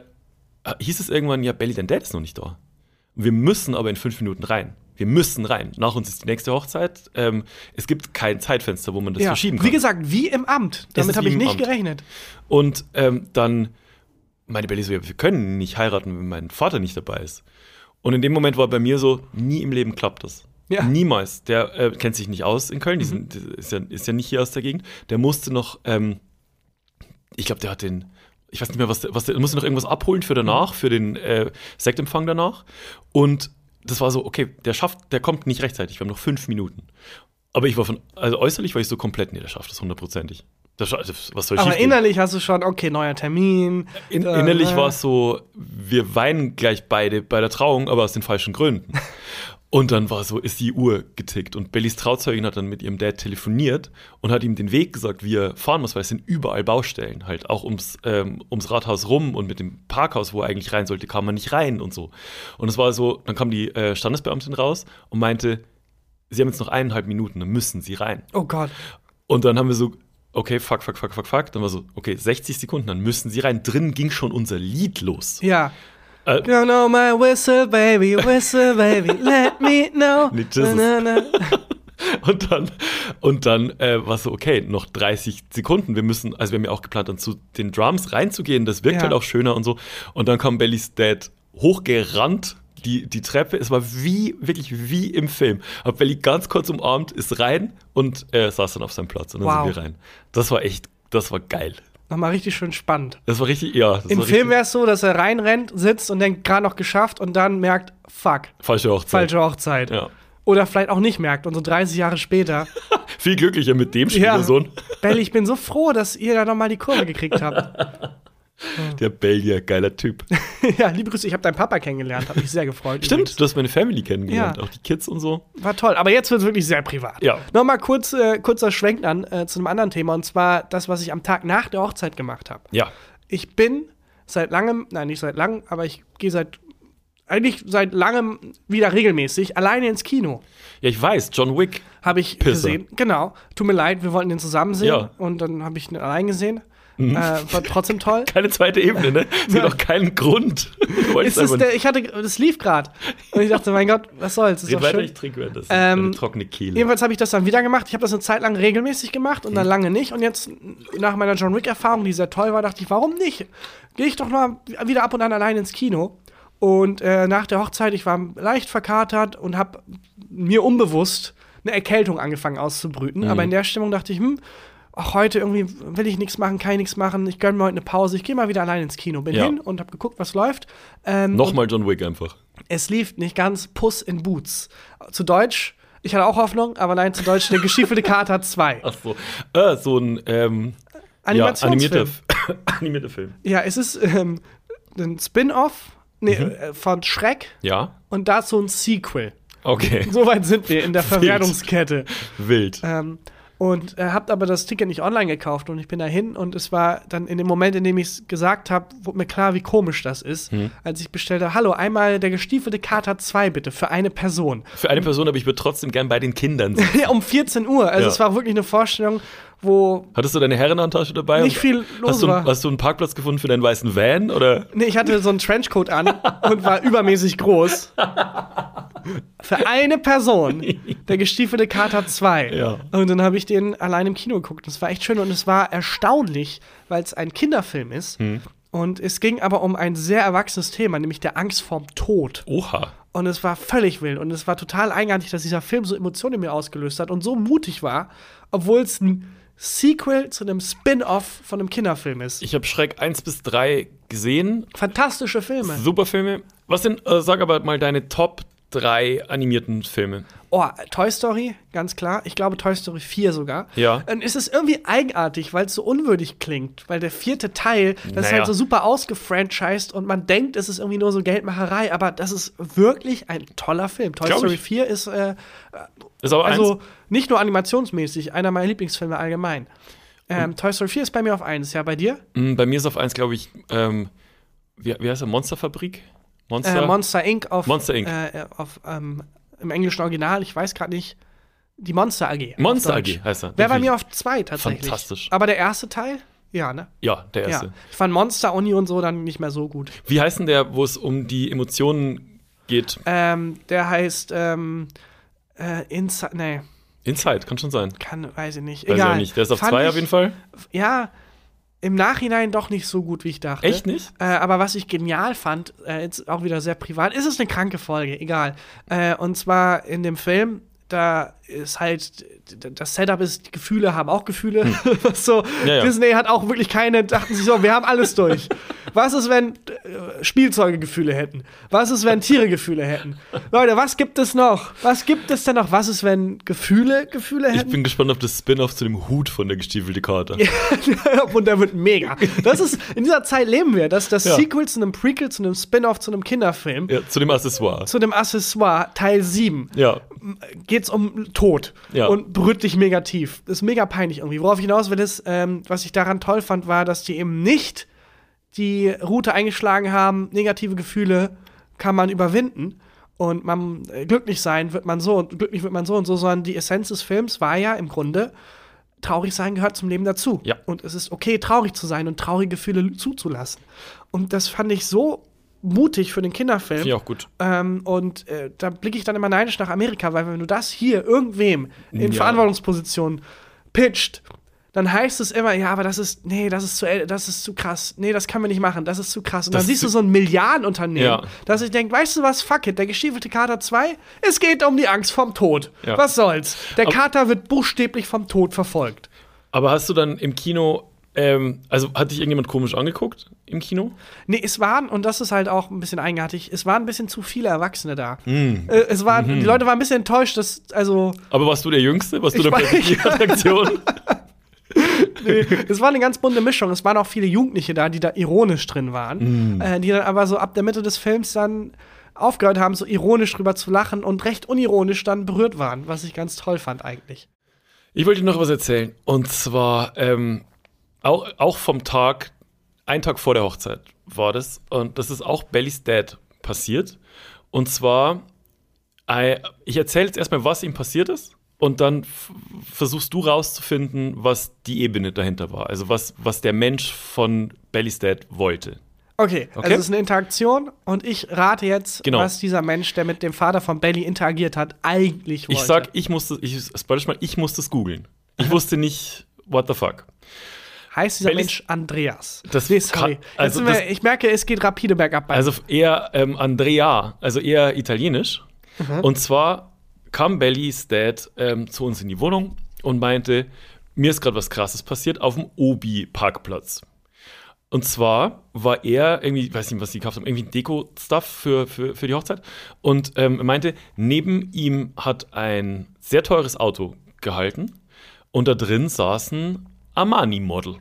[SPEAKER 3] hieß es irgendwann, ja, Belly, dein Dad ist noch nicht da. Wir müssen aber in fünf Minuten rein. Wir müssen rein. Nach uns ist die nächste Hochzeit. Ähm, es gibt kein Zeitfenster, wo man das
[SPEAKER 2] ja.
[SPEAKER 3] verschieben kann.
[SPEAKER 2] Wie gesagt, wie im Amt.
[SPEAKER 3] Es
[SPEAKER 2] Damit
[SPEAKER 3] ist
[SPEAKER 2] habe
[SPEAKER 3] wie
[SPEAKER 2] ich
[SPEAKER 3] im
[SPEAKER 2] nicht
[SPEAKER 3] Amt.
[SPEAKER 2] gerechnet.
[SPEAKER 3] Und ähm, dann meine Belly so, ja, wir können nicht heiraten, wenn mein Vater nicht dabei ist. Und in dem Moment war bei mir so, nie im Leben klappt das.
[SPEAKER 2] Ja. Mhm.
[SPEAKER 3] Niemals. Der äh, kennt sich nicht aus in Köln, die sind, die ist, ja, ist ja nicht hier aus der Gegend. Der musste noch, ähm, ich glaube, der hat den, ich weiß nicht mehr, was der, was der, musste noch irgendwas abholen für
[SPEAKER 2] Mhm.
[SPEAKER 3] danach, für den äh, Sektempfang danach. Und das war so, okay, der schafft, der kommt nicht rechtzeitig, wir haben noch fünf Minuten. Aber ich war von, also äußerlich war ich so komplett, nee, der schafft das hundertprozentig. Der scha- Was soll
[SPEAKER 2] Aber
[SPEAKER 3] schiefgehen?
[SPEAKER 2] innerlich hast du schon, okay, neuer Termin.
[SPEAKER 3] In,
[SPEAKER 2] Äh,
[SPEAKER 3] innerlich
[SPEAKER 2] äh.
[SPEAKER 3] war es so, wir weinen gleich beide bei der Trauung, aber aus den falschen Gründen. Und dann war so, ist die Uhr getickt. Und Bellys Trauzeugin hat dann mit ihrem Dad telefoniert und hat ihm den Weg gesagt, wie er fahren muss, weil es sind überall Baustellen. Halt auch ums, ähm, ums Rathaus rum und mit dem Parkhaus, wo er eigentlich rein sollte, kam man nicht rein und so. Und es war so, dann kam die äh, Standesbeamtin raus und meinte, sie haben jetzt noch eineinhalb Minuten, dann müssen sie rein.
[SPEAKER 2] Oh Gott.
[SPEAKER 3] Und dann haben wir so, okay, fuck, fuck, fuck, fuck, fuck. Dann war so, okay, 60 Sekunden, dann müssen sie rein. Drin ging schon unser Lied los.
[SPEAKER 2] Ja.
[SPEAKER 3] Äh,
[SPEAKER 2] You know my whistle, baby, whistle, baby, let me know.
[SPEAKER 3] Nee, Jesus.
[SPEAKER 2] Na, na, na.
[SPEAKER 3] Und dann, und dann äh, war es so, okay, noch 30 Sekunden. Wir müssen, also wir haben ja auch geplant, dann zu den Drums reinzugehen. Das wirkt
[SPEAKER 2] Ja.
[SPEAKER 3] halt auch schöner und so. Und dann kam Bellys Dad hochgerannt. Die, die Treppe, es war wie, wirklich wie im Film. Hab Belly ganz kurz umarmt, ist rein und äh, saß dann auf seinem Platz und dann
[SPEAKER 2] Wow.
[SPEAKER 3] sind wir rein. Das war echt, das war geil.
[SPEAKER 2] Nochmal richtig schön spannend.
[SPEAKER 3] Das war richtig, ja. Das
[SPEAKER 2] Im
[SPEAKER 3] war
[SPEAKER 2] Film
[SPEAKER 3] richtig,
[SPEAKER 2] wäre es so, dass er reinrennt, sitzt und denkt, gerade noch geschafft und dann merkt, fuck,
[SPEAKER 3] falsche Hochzeit.
[SPEAKER 2] falsche Hochzeit.
[SPEAKER 3] Ja.
[SPEAKER 2] Oder vielleicht auch nicht merkt und so 30 Jahre später.
[SPEAKER 3] Viel glücklicher mit dem Schwiegersohn.
[SPEAKER 2] Belly, ich bin so froh, dass ihr da nochmal die Kurve gekriegt habt.
[SPEAKER 3] Der Belgier, geiler Typ.
[SPEAKER 2] ja, liebe Grüße, ich habe deinen Papa kennengelernt, habe mich sehr gefreut.
[SPEAKER 3] Stimmt, du hast meine Family kennengelernt,
[SPEAKER 2] Ja.
[SPEAKER 3] auch die Kids und so.
[SPEAKER 2] War toll, aber jetzt wird es wirklich sehr privat.
[SPEAKER 3] Ja.
[SPEAKER 2] Nochmal kurz, äh, kurzer Schwenk dann äh, zu einem anderen Thema und zwar das, was ich am Tag nach der Hochzeit gemacht habe.
[SPEAKER 3] Ja.
[SPEAKER 2] Ich bin seit langem, nein, nicht seit langem, aber ich gehe seit, eigentlich seit langem wieder regelmäßig alleine ins Kino.
[SPEAKER 3] Ja, ich weiß, John Wick.
[SPEAKER 2] Habe ich
[SPEAKER 3] Pisser.
[SPEAKER 2] gesehen. Genau. Tut mir leid, wir wollten den zusammen sehen
[SPEAKER 3] Ja. Mhm.
[SPEAKER 2] und dann habe ich ihn allein gesehen. Äh, war trotzdem toll.
[SPEAKER 3] Keine zweite Ebene, ne? Es gibt auch keinen Grund. Du wolltest
[SPEAKER 2] Ist es
[SPEAKER 3] einfach
[SPEAKER 2] der, ich hatte, das lief gerade. Und ich dachte, mein Gott, was soll's? Ist
[SPEAKER 3] Red
[SPEAKER 2] doch
[SPEAKER 3] weiter,
[SPEAKER 2] schön.
[SPEAKER 3] ich trinke währenddessen. das.
[SPEAKER 2] Ähm,
[SPEAKER 3] eine trockene Kehle.
[SPEAKER 2] Jedenfalls habe ich das dann wieder gemacht. Ich habe das eine Zeit lang regelmäßig gemacht und dann lange nicht. Und jetzt nach meiner John Wick-Erfahrung, die sehr toll war, dachte ich, warum nicht? Gehe ich doch mal wieder ab und an allein ins Kino. Und äh, nach der Hochzeit, ich war leicht verkatert und habe mir unbewusst eine Erkältung angefangen auszubrüten. Aber in der Stimmung dachte ich, hm, auch heute irgendwie will ich nichts machen, kann ich nichts machen. Ich gönne mir heute eine Pause. Ich gehe mal wieder allein ins Kino. Bin
[SPEAKER 3] Ja.
[SPEAKER 2] hin und habe geguckt, was läuft. Ähm,
[SPEAKER 3] Nochmal John Wick einfach.
[SPEAKER 2] es lief nicht ganz Puss in Boots. Zu Deutsch, ich hatte auch Hoffnung, aber nein, zu Deutsch, der gestiefelte Kater 2.
[SPEAKER 3] Ach so. Äh, so ein ähm, ja, animierter,
[SPEAKER 2] Animationsfilm.
[SPEAKER 3] F- animierter Film.
[SPEAKER 2] Ja, es ist ähm, ein Spin-off nee, äh, von Schreck
[SPEAKER 3] Ja.
[SPEAKER 2] und dazu ein Sequel.
[SPEAKER 3] Okay.
[SPEAKER 2] Soweit sind wir in der Verwertungskette.
[SPEAKER 3] Wild.
[SPEAKER 2] Ähm, und äh, habt aber das Ticket nicht online gekauft und ich bin dahin und es war dann in dem Moment, in dem ich es gesagt habe, wurde mir klar, wie komisch das ist, als ich bestellte, hallo, einmal der gestiefelte Kater 2 bitte für eine Person.
[SPEAKER 3] Für eine Person, aber ich würde trotzdem gern bei den Kindern sein.
[SPEAKER 2] Ja, um 14 Uhr. Also
[SPEAKER 3] Ja.
[SPEAKER 2] es war wirklich eine Vorstellung, wo.
[SPEAKER 3] Hattest du deine Herrenhandtasche dabei?
[SPEAKER 2] Nicht
[SPEAKER 3] Und
[SPEAKER 2] viel los
[SPEAKER 3] hast du,
[SPEAKER 2] war.
[SPEAKER 3] Hast du einen Parkplatz gefunden für deinen weißen Van? Oder?
[SPEAKER 2] Nee, ich hatte so einen Trenchcoat an und war übermäßig groß. Für eine Person. Der gestiefelte Kater 2.
[SPEAKER 3] Ja.
[SPEAKER 2] Und dann habe ich den allein im Kino geguckt. Und es war echt schön und es war erstaunlich, weil es ein Kinderfilm ist.
[SPEAKER 3] Hm.
[SPEAKER 2] Und es ging aber um ein sehr erwachsenes Thema, nämlich der Angst vorm Tod.
[SPEAKER 3] Oha.
[SPEAKER 2] Und es war völlig wild. Und es war total eigenartig, dass dieser Film so Emotionen in mir ausgelöst hat und so mutig war, obwohl es ein Sequel zu einem Spin-off von einem Kinderfilm ist.
[SPEAKER 3] Ich habe Schreck 1 bis 3 gesehen
[SPEAKER 2] Fantastische Filme.
[SPEAKER 3] Super Filme. Was sind, äh, sag aber mal deine Top 3 animierten Filme.
[SPEAKER 2] Oh, Toy Story, ganz klar. Ich glaube Toy Story 4 sogar.
[SPEAKER 3] Ja.
[SPEAKER 2] Und es ist irgendwie eigenartig, weil es so unwürdig klingt. Weil der vierte Teil, das ist
[SPEAKER 3] Naja.
[SPEAKER 2] halt so super ausgefranchised und man denkt, es ist irgendwie nur so Geldmacherei. Aber das ist wirklich ein toller Film. Toy
[SPEAKER 3] Glaub
[SPEAKER 2] Story
[SPEAKER 3] ich.
[SPEAKER 2] 4 ist äh,
[SPEAKER 3] Ist aber
[SPEAKER 2] Also
[SPEAKER 3] eins.
[SPEAKER 2] nicht nur animationsmäßig, einer meiner Lieblingsfilme allgemein. Ähm, Toy Story 4 ist bei mir auf 1, ja, bei dir?
[SPEAKER 3] Mm, Bei mir ist auf eins, glaube ich, ähm, wie, wie heißt er? Monsterfabrik? Monster?
[SPEAKER 2] Äh, Monster Inc. auf,
[SPEAKER 3] Monster, Inc.
[SPEAKER 2] Äh, auf ähm, im englischen Original, ich weiß gerade nicht, die Monster AG. auf
[SPEAKER 3] Monster
[SPEAKER 2] Deutsch.
[SPEAKER 3] AG heißt er.
[SPEAKER 2] Wäre bei
[SPEAKER 3] Natürlich.
[SPEAKER 2] mir auf 2 tatsächlich.
[SPEAKER 3] Fantastisch.
[SPEAKER 2] Aber der erste Teil? Ja, ne?
[SPEAKER 3] Ja, der erste.
[SPEAKER 2] Ja. Ich fand Monster Uni und so dann nicht mehr so gut.
[SPEAKER 3] Wie heißt denn der, wo es um die Emotionen geht?
[SPEAKER 2] Ähm, der heißt ähm, äh, Inside, nee,
[SPEAKER 3] Inside, kann schon sein.
[SPEAKER 2] kann, weiß ich nicht.
[SPEAKER 3] Weiß ich
[SPEAKER 2] Egal.
[SPEAKER 3] auch nicht. Der ist auf
[SPEAKER 2] Fand
[SPEAKER 3] zwei
[SPEAKER 2] ich-
[SPEAKER 3] auf jeden Fall.
[SPEAKER 2] Ja, im Nachhinein doch nicht so gut, wie ich dachte.
[SPEAKER 3] Echt nicht?
[SPEAKER 2] Äh, aber was ich genial fand, äh, jetzt auch wieder sehr privat, ist es eine kranke Folge, egal. Äh, und zwar in dem Film, da ist halt, das Setup ist, die Gefühle haben auch Gefühle. Hm. so, ja, ja. Disney hat auch wirklich keine, dachten sich so, wir haben alles durch. was ist, wenn äh, Spielzeuge Gefühle hätten? Was ist, wenn Tiere Gefühle hätten? Leute, was gibt es noch? Was gibt es denn noch? Was ist, wenn Gefühle Gefühle hätten?
[SPEAKER 3] Ich bin gespannt auf das Spin-off zu dem Hut von der gestiefelte Karte.
[SPEAKER 2] Und der wird mega. Das ist, in dieser Zeit leben wir, dass das ja. Sequel zu einem Prequel, zu einem Spin-off, zu einem Kinderfilm.
[SPEAKER 3] Ja, zu dem Accessoire.
[SPEAKER 2] Zu dem Accessoire, Teil 7.
[SPEAKER 3] Ja.
[SPEAKER 2] Geht's um Tod.
[SPEAKER 3] Ja.
[SPEAKER 2] Und berührt dich mega tief. Das ist mega peinlich irgendwie. Worauf ich hinaus will, ist, ähm, was ich daran toll fand, war, dass die eben nicht die Route eingeschlagen haben, negative Gefühle kann man überwinden und man äh, glücklich sein wird man so und glücklich wird man so und so, sondern die Essenz des Films war ja im Grunde, traurig sein gehört zum Leben dazu.
[SPEAKER 3] Ja.
[SPEAKER 2] Und es ist okay, traurig zu sein und traurige Gefühle zuzulassen. Und das fand ich so mutig für den Kinderfilm.
[SPEAKER 3] Finde ich auch gut.
[SPEAKER 2] Ähm, und äh, da blicke ich dann immer neidisch nach Amerika, weil wenn du das hier irgendwem in ja. Verantwortungspositionen pitcht, dann heißt es immer, ja, aber das ist, nee, das ist zu, äh, das ist zu krass, nee, das können wir nicht machen, das ist zu krass. Und das dann siehst du so ein Milliardenunternehmen, ja. dass ich denke, weißt du was, fuck it, der gestiefelte Kater 2, es geht um die Angst vom Tod. Ja. Was soll's? Der Kater aber, wird buchstäblich vom Tod verfolgt.
[SPEAKER 3] Aber hast du dann im Kino, ähm, also hat dich irgendjemand komisch angeguckt im Kino?
[SPEAKER 2] Nee, es waren, und das ist halt auch ein bisschen eigenartig, es waren ein bisschen zu viele Erwachsene da. Mm. Äh, es waren, mhm. die Leute waren ein bisschen enttäuscht, dass, also.
[SPEAKER 3] Aber warst du der Jüngste? Warst du der Attraktion?
[SPEAKER 2] nee, es war eine ganz bunte Mischung. Es waren auch viele Jugendliche da, die da ironisch drin
[SPEAKER 3] Mhm.
[SPEAKER 2] waren, mm. äh, die dann aber so ab der Mitte des Films dann aufgehört haben, so ironisch drüber zu lachen und recht unironisch dann berührt waren, was ich ganz toll fand eigentlich.
[SPEAKER 3] Ich wollte noch was erzählen und zwar ähm, auch, auch, vom Tag, einen Tag vor der Hochzeit war das und das ist auch Bellys Dad passiert und zwar ich erzähle jetzt erstmal, was ihm passiert ist und dann versuchst du rauszufinden, was die Ebene dahinter war. Also was, was der Mensch von Bellystad wollte.
[SPEAKER 2] Okay, okay, also es ist eine Interaktion und ich rate jetzt,
[SPEAKER 3] genau.
[SPEAKER 2] was dieser Mensch, der mit dem Vater von Belly interagiert hat, eigentlich wollte.
[SPEAKER 3] Ich sag, ich musste, ich, mal, ich musste es googeln. Ich wusste nicht, what the fuck.
[SPEAKER 2] Heißt dieser Bellis Mensch Andreas?
[SPEAKER 3] Das nee, sorry.
[SPEAKER 2] also wir, das, ich merke, es geht rapide bergab.
[SPEAKER 3] Bei also eher ähm, Andrea, also eher italienisch. Mhm. Und zwar kam Bellys Dad ähm, zu uns in die Wohnung und meinte, mir ist gerade was Krasses passiert auf dem Obi-Parkplatz. Und zwar war er irgendwie, weiß nicht, was die gekauft haben, irgendwie Deko-Stuff für, für, für die Hochzeit. Und ähm, meinte, neben ihm hat ein sehr teures Auto gehalten und da drin saßen Armani-Model.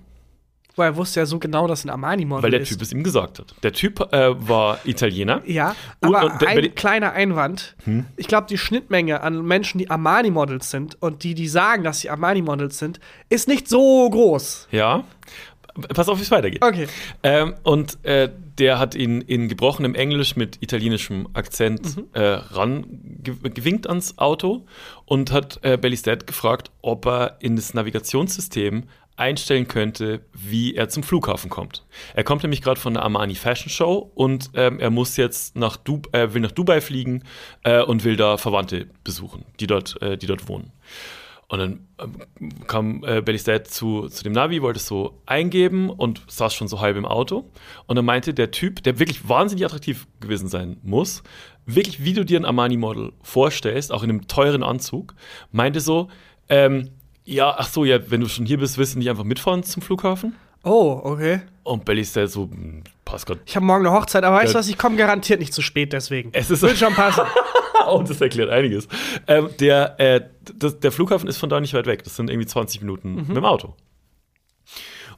[SPEAKER 2] Weil er wusste ja so genau, dass ein Armani-Model ist.
[SPEAKER 3] Weil der Typ es ihm gesagt hat. Der Typ äh, war Italiener.
[SPEAKER 2] Ja, aber und, und, ein kleiner Einwand. Hm? Ich glaube, die Schnittmenge an Menschen, die Armani-Models sind und die, die sagen, dass sie Armani-Models sind, ist nicht so groß.
[SPEAKER 3] Ja. Pass auf, wie es weitergeht.
[SPEAKER 2] Okay.
[SPEAKER 3] Ähm, und äh, der hat ihn in gebrochenem Englisch mit italienischem Akzent mhm. äh, rangewinkt ans Auto und hat äh, Bellys Dad gefragt, ob er in das Navigationssystem einstellen könnte, wie er zum Flughafen kommt. Er kommt nämlich gerade von der Armani Fashion Show und ähm, er muss jetzt nach du äh, will nach Dubai fliegen äh, und will da Verwandte besuchen, die dort, äh, die dort wohnen. Und dann ähm, kam äh, Belly Dad zu, zu dem Navi, wollte es so eingeben und saß schon so halb im Auto. Und dann meinte der Typ, der wirklich wahnsinnig attraktiv gewesen sein muss, wirklich wie du dir ein Armani-Model vorstellst, auch in einem teuren Anzug, meinte so, ähm, ja, ach so, ja, wenn du schon hier bist, willst du nicht einfach mitfahren zum Flughafen?
[SPEAKER 2] Oh, okay.
[SPEAKER 3] Und Belly ist da so, hm, passt Gott.
[SPEAKER 2] Ich habe morgen eine Hochzeit, aber weißt du was, ich komme garantiert nicht zu spät deswegen.
[SPEAKER 3] Es ist Wird
[SPEAKER 2] schon passen.
[SPEAKER 3] Und das erklärt einiges. Ähm, der, äh, das, der Flughafen ist von da nicht weit weg. Das sind irgendwie 20 Minuten mhm. mit dem Auto.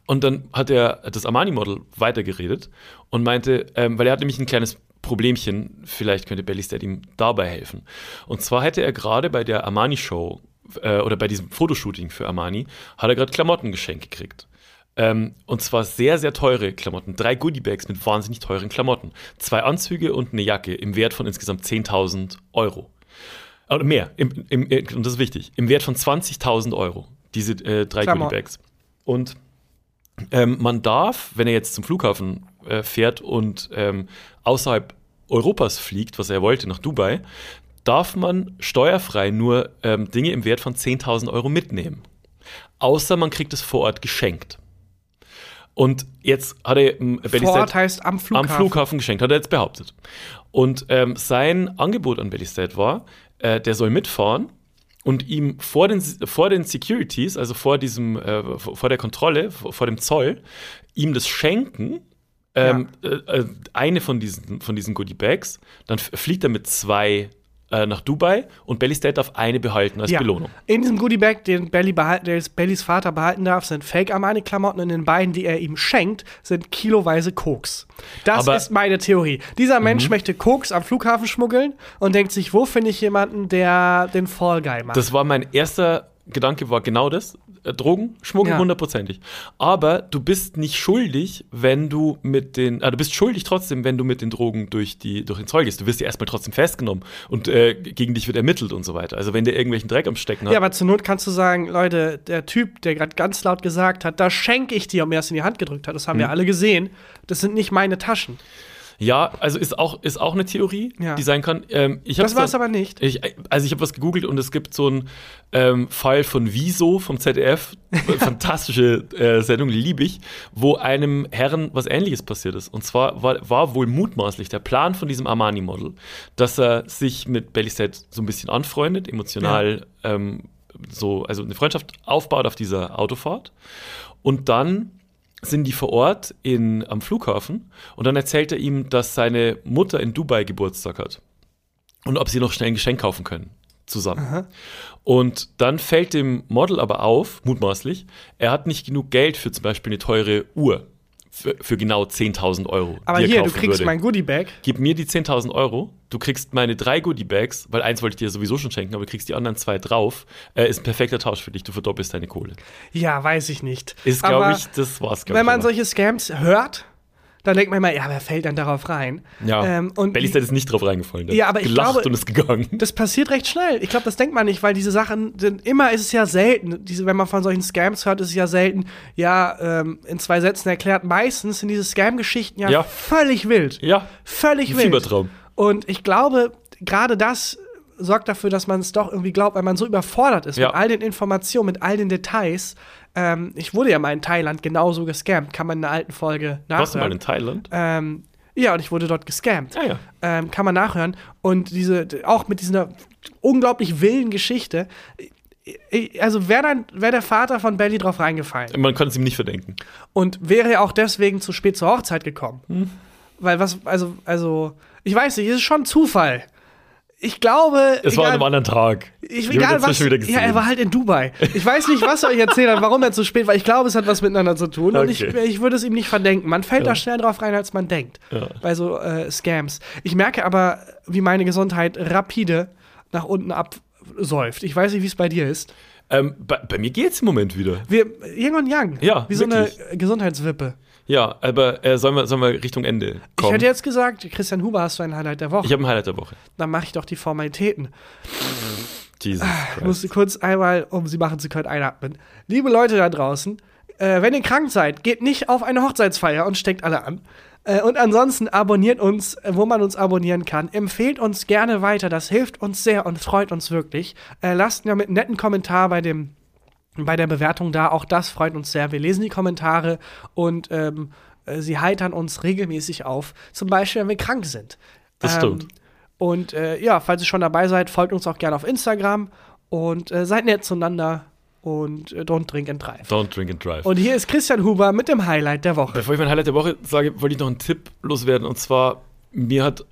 [SPEAKER 3] Und dann hat er das Armani-Model weitergeredet und meinte, ähm, weil er hat nämlich ein kleines Problemchen, vielleicht könnte Belly's Dad ihm dabei helfen. Und zwar hätte er gerade bei der Armani-Show äh, oder bei diesem Fotoshooting für Armani, hat er gerade Klamotten geschenkt gekriegt. Ähm, und zwar sehr, sehr teure Klamotten. Drei Goodiebags mit wahnsinnig teuren Klamotten. Zwei Anzüge und eine Jacke im Wert von insgesamt 10.000 Euro. Oder mehr, im, im, und das ist wichtig, im Wert von 20.000 Euro, diese äh, drei Klamotten. Goodiebags. Und ähm, man darf, wenn er jetzt zum Flughafen äh, fährt und ähm, außerhalb Europas fliegt, was er wollte, nach Dubai, darf man steuerfrei nur ähm, Dinge im Wert von 10.000 Euro mitnehmen. Außer man kriegt es vor Ort geschenkt. Und jetzt hat er ähm,
[SPEAKER 2] Vor Ort heißt am Flughafen.
[SPEAKER 3] am Flughafen geschenkt, hat er jetzt behauptet. Und ähm, sein Angebot an Bellystad war, äh, der soll mitfahren und ihm vor den, vor den Securities, also vor diesem, äh, vor der Kontrolle, vor, vor dem Zoll, ihm das schenken. Ähm, äh, eine von diesen, von diesen Goodie Bags, dann fliegt er mit zwei äh, nach Dubai und Belly State darf eine behalten als
[SPEAKER 2] Ja.
[SPEAKER 3] Belohnung.
[SPEAKER 2] In diesem Goodie Bag, den Belly behalten, der Bellys Vater behalten darf, sind Fake Armani Klamotten und in den beiden, die er ihm schenkt, sind kiloweise Koks. Das
[SPEAKER 3] Aber- Mhm.
[SPEAKER 2] ist meine Theorie. Dieser Mensch möchte Koks am Flughafen schmuggeln und denkt sich, wo finde ich jemanden, der den Fall Guy macht?
[SPEAKER 3] Das war mein erster Gedanke, war genau das. Äh, Drogen, Schmuggel,
[SPEAKER 2] Ja.
[SPEAKER 3] hundertprozentig. Aber du bist nicht schuldig, wenn du mit den, ah, du bist schuldig trotzdem, wenn du mit den Drogen durch, die, durch den Zoll gehst. Du wirst ja erstmal trotzdem festgenommen und äh, gegen dich wird ermittelt und so weiter. Also wenn der irgendwelchen Dreck am Stecken hat.
[SPEAKER 2] ja, aber zur Not kannst du sagen, Leute, der Typ, der gerade ganz laut gesagt hat, das schenke ich dir und mir das in die Hand gedrückt hat, das haben wir alle gesehen, das sind nicht meine Taschen.
[SPEAKER 3] Mhm. Ja, also ist auch, ist auch eine Theorie,
[SPEAKER 2] Ja.
[SPEAKER 3] die sein kann. Ähm, ich
[SPEAKER 2] Das
[SPEAKER 3] hab's
[SPEAKER 2] war's
[SPEAKER 3] dann-
[SPEAKER 2] aber nicht.
[SPEAKER 3] Ich, also ich habe was gegoogelt und es gibt so einen ähm, Fall von Wieso vom ZDF, Äh, fantastische äh, Sendung, liebe ich, wo einem Herren was ähnliches passiert ist. Und zwar war, war wohl mutmaßlich der Plan von diesem Armani-Model, dass er sich mit Bellysette so ein bisschen anfreundet, emotional ähm, so, also eine Freundschaft aufbaut auf dieser Autofahrt. Und dann sind die vor Ort in, am Flughafen und dann erzählt er ihm, dass seine Mutter in Dubai Geburtstag hat und ob sie noch schnell ein Geschenk kaufen können zusammen. Und dann fällt dem Model aber auf, mutmaßlich, er hat nicht genug Geld für zum Beispiel eine teure Uhr für, für genau 10.000 Euro.
[SPEAKER 2] Aber
[SPEAKER 3] die er
[SPEAKER 2] hier, du
[SPEAKER 3] kaufen
[SPEAKER 2] kriegst
[SPEAKER 3] würde.
[SPEAKER 2] mein Goodie Bag.
[SPEAKER 3] Gib mir die 10.000 Euro, du kriegst meine drei Goodie-Bags, weil eins wollte ich dir sowieso schon schenken, aber du kriegst die anderen zwei drauf. Äh, ist ein perfekter Tausch für dich, du verdoppelst deine Kohle.
[SPEAKER 2] Ja, weiß ich nicht.
[SPEAKER 3] Ist,
[SPEAKER 2] Aber-
[SPEAKER 3] glaube ich, das war's, glaub
[SPEAKER 2] Wenn man
[SPEAKER 3] ich.
[SPEAKER 2] solche Scams hört, dann denkt man immer, ja, wer fällt dann darauf rein?
[SPEAKER 3] ja.
[SPEAKER 2] Ähm, und
[SPEAKER 3] Belly Stat ist nicht drauf reingefallen. Der
[SPEAKER 2] Ja,
[SPEAKER 3] hat
[SPEAKER 2] aber ich
[SPEAKER 3] gelacht
[SPEAKER 2] glaube-
[SPEAKER 3] und ist gegangen.
[SPEAKER 2] das passiert recht schnell. Ich glaube, das denkt man nicht, weil diese Sachen sind immer ist es ja selten. Diese, wenn man von solchen Scams hört, ist es ja selten. Ja, ähm, in zwei Sätzen erklärt. Meistens sind diese Scam-Geschichten ja,
[SPEAKER 3] Ja.
[SPEAKER 2] völlig wild.
[SPEAKER 3] Ja.
[SPEAKER 2] Völlig
[SPEAKER 3] Ein
[SPEAKER 2] wild.
[SPEAKER 3] Fiebertraum.
[SPEAKER 2] Und ich glaube, gerade das sorgt dafür, dass man es doch irgendwie glaubt, weil man so überfordert ist
[SPEAKER 3] Ja.
[SPEAKER 2] mit all den Informationen, mit all den Details. Ähm, ich wurde ja mal in Thailand genauso gescampt. Kann man in einer alten Folge nachhören.
[SPEAKER 3] Warst du mal in Thailand?
[SPEAKER 2] Ähm, ja, und ich wurde dort gescammt.
[SPEAKER 3] Ah, ja.
[SPEAKER 2] Ähm, kann man nachhören. Und diese, d- auch mit dieser unglaublich wilden Geschichte. I- i- Also wäre dann wäre der Vater von Belly drauf reingefallen
[SPEAKER 3] Man konnte es ihm nicht verdenken.
[SPEAKER 2] und wäre auch deswegen zu spät zur Hochzeit gekommen.
[SPEAKER 3] Hm.
[SPEAKER 2] Weil was, also, also, ich weiß nicht, es ist schon Zufall. Ich glaube,
[SPEAKER 3] Es war an einem anderen Tag.
[SPEAKER 2] ich,
[SPEAKER 3] hab ihn
[SPEAKER 2] egal
[SPEAKER 3] inzwischen
[SPEAKER 2] was,
[SPEAKER 3] Wieder gesehen.
[SPEAKER 2] ja, er war halt in Dubai. Ich weiß nicht, was er euch erzählt hat, warum er zu spät war. Ich glaube, es hat was miteinander zu tun und ich,
[SPEAKER 3] Okay.
[SPEAKER 2] ich würde es ihm nicht verdenken. Man fällt da schnell drauf rein, als man denkt. Bei so äh, Scams. Ich merke aber, wie meine Gesundheit rapide nach unten absäuft. Ich weiß nicht, wie es bei dir ist.
[SPEAKER 3] ähm, bei, bei mir geht's im Moment wieder.
[SPEAKER 2] Wir, Yin und Yang.
[SPEAKER 3] Ja,
[SPEAKER 2] Wie so eine
[SPEAKER 3] wirklich.
[SPEAKER 2] Gesundheitswippe.
[SPEAKER 3] Ja, aber äh, sollen, wir, sollen wir Richtung Ende
[SPEAKER 2] Ich
[SPEAKER 3] kommen?
[SPEAKER 2] hätte jetzt gesagt, Christian Huber, hast du ein Highlight der Woche?
[SPEAKER 3] ich habe ein Highlight der Woche.
[SPEAKER 2] Dann mache ich doch die Formalitäten.
[SPEAKER 3] Jesus
[SPEAKER 2] Ich
[SPEAKER 3] Christ.
[SPEAKER 2] musste kurz einmal, um sie machen zu können, einatmen. Liebe Leute da draußen, äh, wenn ihr krank seid, geht nicht auf eine Hochzeitsfeier und steckt alle an. Äh, und ansonsten abonniert uns, äh, wo man uns abonnieren kann. Empfehlt uns gerne weiter, das hilft uns sehr und freut uns wirklich. Äh, lasst mir mit einem netten Kommentar bei dem bei der Bewertung da. Auch das freut uns sehr. Wir lesen die Kommentare und ähm, äh, sie heitern uns regelmäßig auf. Zum Beispiel, wenn wir krank sind. Ähm,
[SPEAKER 3] Das stimmt.
[SPEAKER 2] Und äh, ja, falls ihr schon dabei seid, folgt uns auch gerne auf Instagram und äh, seid nett zueinander und äh, don't drink and drive.
[SPEAKER 3] Don't drink and drive.
[SPEAKER 2] Und hier ist Christian Huber mit dem Highlight der Woche.
[SPEAKER 3] Bevor ich mein Highlight der Woche sage, wollte ich noch einen Tipp loswerden. Und zwar, mir hat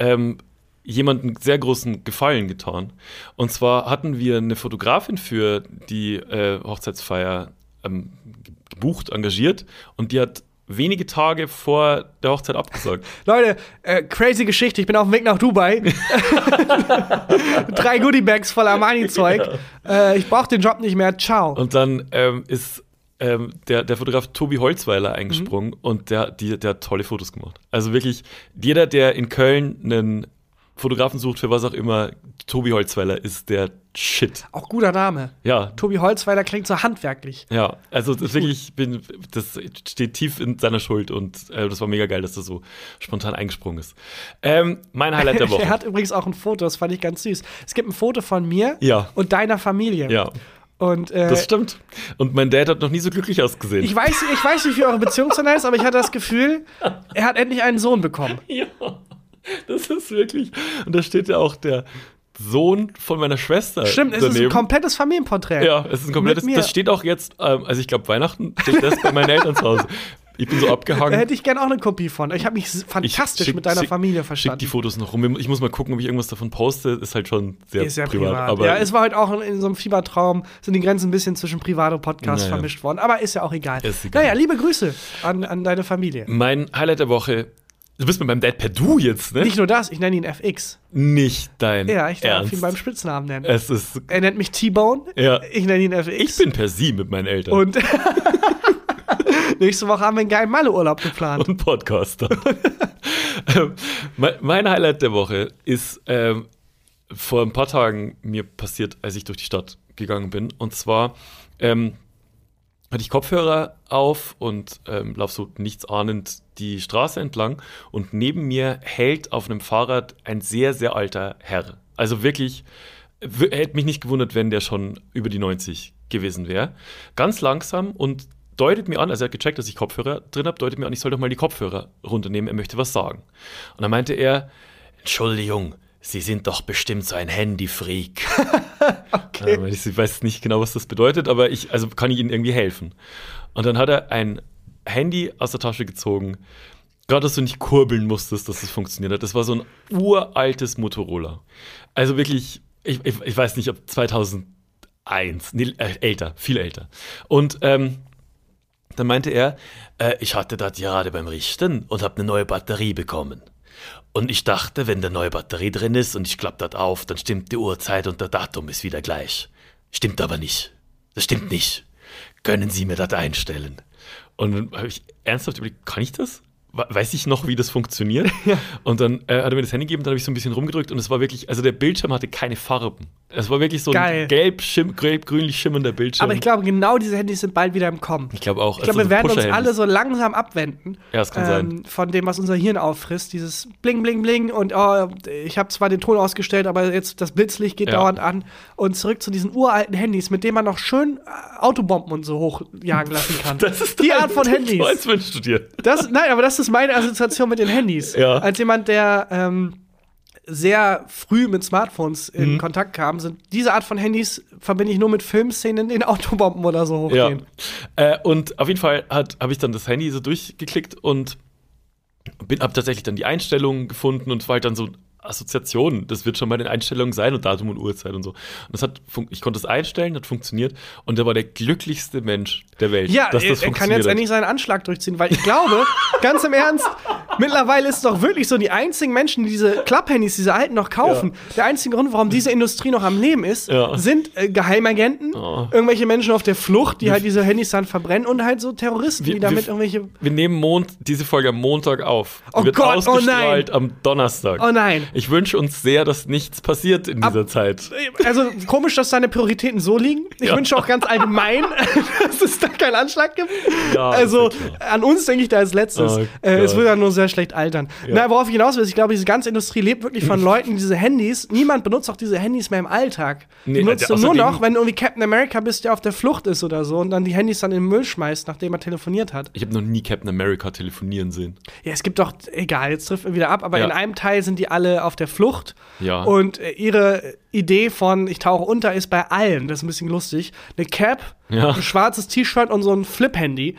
[SPEAKER 3] ähm, jemand einen sehr großen Gefallen getan. Und zwar hatten wir eine Fotografin für die äh, Hochzeitsfeier ähm, gebucht, engagiert. Und die hat wenige Tage vor der Hochzeit abgesagt.
[SPEAKER 2] Leute, äh, crazy Geschichte. Ich bin auf dem Weg nach Dubai. Drei Goodiebags voller Armani-Zeug. Äh, ich brauche den Job nicht mehr. Ciao.
[SPEAKER 3] Und dann ähm, ist ähm, der, der Fotograf Tobi Holzweiler eingesprungen und der, die, der hat tolle Fotos gemacht. Also wirklich, jeder, der in Köln einen Fotografen sucht für was auch immer, Tobi Holzweiler ist der Shit.
[SPEAKER 2] Auch guter Name.
[SPEAKER 3] Ja.
[SPEAKER 2] Tobi Holzweiler klingt so handwerklich.
[SPEAKER 3] Ja, also das ist wirklich, bin, das steht tief in seiner Schuld und äh, das war mega geil, dass das so spontan eingesprungen ist. Ähm, mein Highlight der Woche.
[SPEAKER 2] Er hat übrigens auch ein Foto, das fand ich ganz süß. Es gibt ein Foto von mir
[SPEAKER 3] Ja.
[SPEAKER 2] und deiner Familie.
[SPEAKER 3] ja,
[SPEAKER 2] Und äh,
[SPEAKER 3] das stimmt. Und mein Dad hat noch nie so glücklich ausgesehen.
[SPEAKER 2] ich weiß, ich weiß nicht, wie eure Beziehung zueinander ist, aber ich hatte das Gefühl, er hat endlich einen Sohn bekommen.
[SPEAKER 3] Ja, das ist wirklich. Und da steht ja auch der Sohn von meiner Schwester.
[SPEAKER 2] Stimmt, es ist ein
[SPEAKER 3] daneben.
[SPEAKER 2] komplettes Familienporträt.
[SPEAKER 3] Ja, es ist ein komplettes.
[SPEAKER 2] Mit mir.
[SPEAKER 3] Das steht auch jetzt, ähm, also ich glaube, Weihnachten steht das bei meinen Eltern zu Hause. Ich bin so
[SPEAKER 2] Da
[SPEAKER 3] abgehangen.
[SPEAKER 2] hätte ich gerne auch eine Kopie von. Ich habe mich s-
[SPEAKER 3] Ich
[SPEAKER 2] fantastisch
[SPEAKER 3] schick-
[SPEAKER 2] mit deiner
[SPEAKER 3] schick-
[SPEAKER 2] Familie
[SPEAKER 3] Schick die
[SPEAKER 2] verstanden.
[SPEAKER 3] Fotos noch rum. Ich muss mal gucken, ob ich irgendwas davon poste. Ist halt schon sehr,
[SPEAKER 2] Ist ja
[SPEAKER 3] privat,
[SPEAKER 2] privat.
[SPEAKER 3] Aber
[SPEAKER 2] ja, es war heute auch in, in so einem Fiebertraum, sind die Grenzen ein bisschen zwischen Privat und Podcast
[SPEAKER 3] Naja.
[SPEAKER 2] vermischt worden. Aber ist ja auch egal.
[SPEAKER 3] Ist egal. Ne?
[SPEAKER 2] Naja, liebe Grüße an, an deine Familie.
[SPEAKER 3] mein Highlight der Woche. Du bist mit meinem Dad per Du jetzt, ne?
[SPEAKER 2] Nicht nur das, ich nenne ihn FX.
[SPEAKER 3] Nicht dein.
[SPEAKER 2] Ja, ich darf
[SPEAKER 3] Ernst.
[SPEAKER 2] ihn beim Spitznamen nennen.
[SPEAKER 3] Es ist.
[SPEAKER 2] Er nennt mich T-Bone,
[SPEAKER 3] Ja.
[SPEAKER 2] ich nenne ihn FX.
[SPEAKER 3] Ich bin per Sie mit meinen Eltern.
[SPEAKER 2] Und nächste Woche haben wir einen geilen Malle-Urlaub geplant.
[SPEAKER 3] und Podcaster. Ähm, mein- mein Highlight der Woche ist ähm, vor ein paar Tagen mir passiert, als ich durch die Stadt gegangen bin. Und zwar ähm, hatte ich Kopfhörer auf und ähm, laufe so nichts ahnend die Straße entlang. Und neben mir hält auf einem Fahrrad ein sehr, sehr alter Herr. Also wirklich, w- hätte mich nicht gewundert, wenn der schon über die 90 gewesen wäre. Ganz langsam und deutet mir an, also er hat gecheckt, dass ich Kopfhörer drin habe, deutet mir an, ich soll doch mal die Kopfhörer runternehmen, er möchte was sagen. Und dann meinte er, Entschuldigung, Sie sind doch bestimmt so ein Handyfreak.
[SPEAKER 2] Okay.
[SPEAKER 3] Ähm, Ich weiß nicht genau, was das bedeutet, aber ich, also kann ich Ihnen irgendwie helfen. Und dann hat er ein Handy aus der Tasche gezogen. Gerade, dass du nicht kurbeln musstest, dass es funktioniert hat. Das war so ein uraltes Motorola. Also wirklich, ich, ich, ich weiß nicht, ob 2001, nee, äh, älter, viel älter. Und ähm, dann meinte er, äh, ich hatte das gerade beim Richten und habe eine neue Batterie bekommen. Und ich dachte, wenn da neue Batterie drin ist und ich klappe das auf, dann stimmt die Uhrzeit und der Datum ist wieder gleich. Stimmt aber nicht. Das stimmt nicht. Können Sie mir das einstellen? Und dann habe ich ernsthaft überlegt, kann ich das? We- Weiß ich noch, wie das funktioniert? Und dann äh, hat er mir das Handy gegeben, dann habe ich so ein bisschen rumgedrückt und es war wirklich, also der Bildschirm hatte keine Farben. Es war wirklich so
[SPEAKER 2] Geil.
[SPEAKER 3] ein gelb, schimm, gelb grünlich schimmernder Bildschirm.
[SPEAKER 2] Aber ich glaube, genau diese Handys sind bald wieder im Kommen.
[SPEAKER 3] Ich glaube auch. also
[SPEAKER 2] Ich glaube, wir werden uns alle so langsam abwenden. ähm,
[SPEAKER 3] Ja, das kann sein.
[SPEAKER 2] Von dem, was unser Hirn auffrisst. Dieses Bling, Bling, Bling und oh, ich habe zwar den Ton ausgestellt, aber jetzt das Blitzlicht geht
[SPEAKER 3] Ja.
[SPEAKER 2] dauernd an. Und zurück zu diesen uralten Handys, mit denen man noch schön äh, Autobomben und so hochjagen lassen kann.
[SPEAKER 3] Das ist
[SPEAKER 2] die
[SPEAKER 3] dein-
[SPEAKER 2] Art von
[SPEAKER 3] So
[SPEAKER 2] Handys.
[SPEAKER 3] eins wünschst du dir.
[SPEAKER 2] Das, nein, aber das ist meine Assoziation mit den Handys.
[SPEAKER 3] Ja.
[SPEAKER 2] Als jemand, der ähm, sehr früh mit Smartphones
[SPEAKER 3] Mhm.
[SPEAKER 2] in Kontakt kam, sind diese Art von Handys verbinde ich nur mit Filmszenen in Autobomben oder so
[SPEAKER 3] Ja.
[SPEAKER 2] hochgehen.
[SPEAKER 3] Äh, und auf jeden Fall habe ich dann das Handy so durchgeklickt und bin habe tatsächlich dann die Einstellungen gefunden und war halt dann so Assoziationen, das wird schon bei den Einstellungen sein und Datum und Uhrzeit und so. Und das hat fun- ich konnte es einstellen, hat funktioniert und er war der glücklichste Mensch der Welt,
[SPEAKER 2] Ja,
[SPEAKER 3] dass das
[SPEAKER 2] er, er kann jetzt
[SPEAKER 3] funktioniert hat.
[SPEAKER 2] endlich seinen Anschlag durchziehen, weil ich glaube, ganz im Ernst, mittlerweile ist es doch wirklich so, die einzigen Menschen, die diese Klapphandys, diese alten noch kaufen, der einzige Grund, warum diese Industrie noch am Leben ist,
[SPEAKER 3] Ja.
[SPEAKER 2] sind äh, Geheimagenten,
[SPEAKER 3] Oh.
[SPEAKER 2] irgendwelche Menschen auf der Flucht, die halt diese Handys dann verbrennen und halt so Terroristen,
[SPEAKER 3] Wir-
[SPEAKER 2] die damit
[SPEAKER 3] wir-
[SPEAKER 2] irgendwelche
[SPEAKER 3] Wir nehmen Mond, diese Folge am Montag auf. Die
[SPEAKER 2] Oh
[SPEAKER 3] wird
[SPEAKER 2] Gott, oh
[SPEAKER 3] ausgestrahlt am Donnerstag.
[SPEAKER 2] Oh nein.
[SPEAKER 3] Ich wünsche uns sehr, dass nichts passiert in dieser Zeit.
[SPEAKER 2] Also komisch, dass deine Prioritäten so liegen. Ich
[SPEAKER 3] Ja.
[SPEAKER 2] wünsche auch ganz allgemein, dass es da keinen Anschlag gibt.
[SPEAKER 3] Ja,
[SPEAKER 2] also
[SPEAKER 3] ist ja
[SPEAKER 2] an uns denke ich da als letztes.
[SPEAKER 3] Oh
[SPEAKER 2] äh, es
[SPEAKER 3] Gott.
[SPEAKER 2] würde ja nur sehr schlecht altern. Na, worauf ich hinaus will, ist, ich glaube, diese ganze Industrie lebt wirklich von Leuten, die diese Handys. Niemand benutzt auch diese Handys mehr im Alltag. Die
[SPEAKER 3] Nee,
[SPEAKER 2] nutzt
[SPEAKER 3] äh,
[SPEAKER 2] du nur
[SPEAKER 3] außerdem-
[SPEAKER 2] noch, wenn du irgendwie Captain America bist, der auf der Flucht ist oder so und dann die Handys dann in den Müll schmeißt, nachdem er telefoniert hat.
[SPEAKER 3] Ich habe noch nie Captain America telefonieren sehen.
[SPEAKER 2] Ja, es gibt doch, egal, jetzt trifft er wieder ab, aber
[SPEAKER 3] Ja.
[SPEAKER 2] in einem Teil sind die alle auf der Flucht.
[SPEAKER 3] Ja.
[SPEAKER 2] Und äh, ihre Idee von ich tauche unter ist bei allen, das ist ein bisschen lustig, eine Cap,
[SPEAKER 3] Ja. Mhm.
[SPEAKER 2] ein schwarzes T-Shirt und so ein Flip-Handy,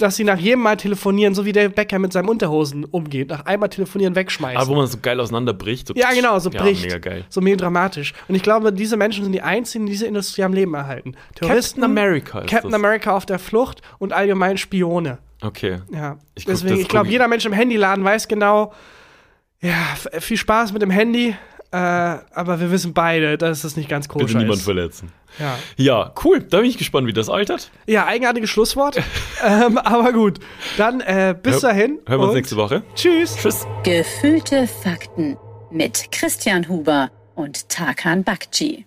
[SPEAKER 2] dass sie nach jedem Mal telefonieren, so wie Dave Becker mit seinem Unterhosen umgeht, nach einmal telefonieren wegschmeißt.
[SPEAKER 3] Aber wo man so geil auseinanderbricht. So
[SPEAKER 2] ja, genau, so
[SPEAKER 3] ja,
[SPEAKER 2] bricht.
[SPEAKER 3] Mega geil.
[SPEAKER 2] So melodramatisch. Und ich glaube, diese Menschen sind die einzigen, die diese Industrie am Leben erhalten. Terroristen,
[SPEAKER 3] America ist
[SPEAKER 2] Captain
[SPEAKER 3] das.
[SPEAKER 2] America auf der Flucht und allgemein Spione.
[SPEAKER 3] Okay.
[SPEAKER 2] Ja,
[SPEAKER 3] Ich guck
[SPEAKER 2] deswegen,
[SPEAKER 3] das
[SPEAKER 2] ich glaube,
[SPEAKER 3] Gummi.
[SPEAKER 2] jeder Mensch im Handyladen weiß genau, ja, f- äh, viel Spaß mit dem Handy, äh, aber wir wissen beide, dass das nicht ganz koscher
[SPEAKER 3] Bitte niemand
[SPEAKER 2] ist.
[SPEAKER 3] verletzen.
[SPEAKER 2] Ja.
[SPEAKER 3] Ja, cool. Da bin ich gespannt, wie das altert.
[SPEAKER 2] ja, eigenartiges Schlusswort, ähm, aber gut. Dann äh, bis
[SPEAKER 3] Hör-
[SPEAKER 2] dahin.
[SPEAKER 3] Hören wir uns
[SPEAKER 2] und
[SPEAKER 3] nächste Woche.
[SPEAKER 2] Tschüss.
[SPEAKER 3] Tschüss.
[SPEAKER 1] Gefühlte Fakten mit Christian Huber und Tarkan Bakci.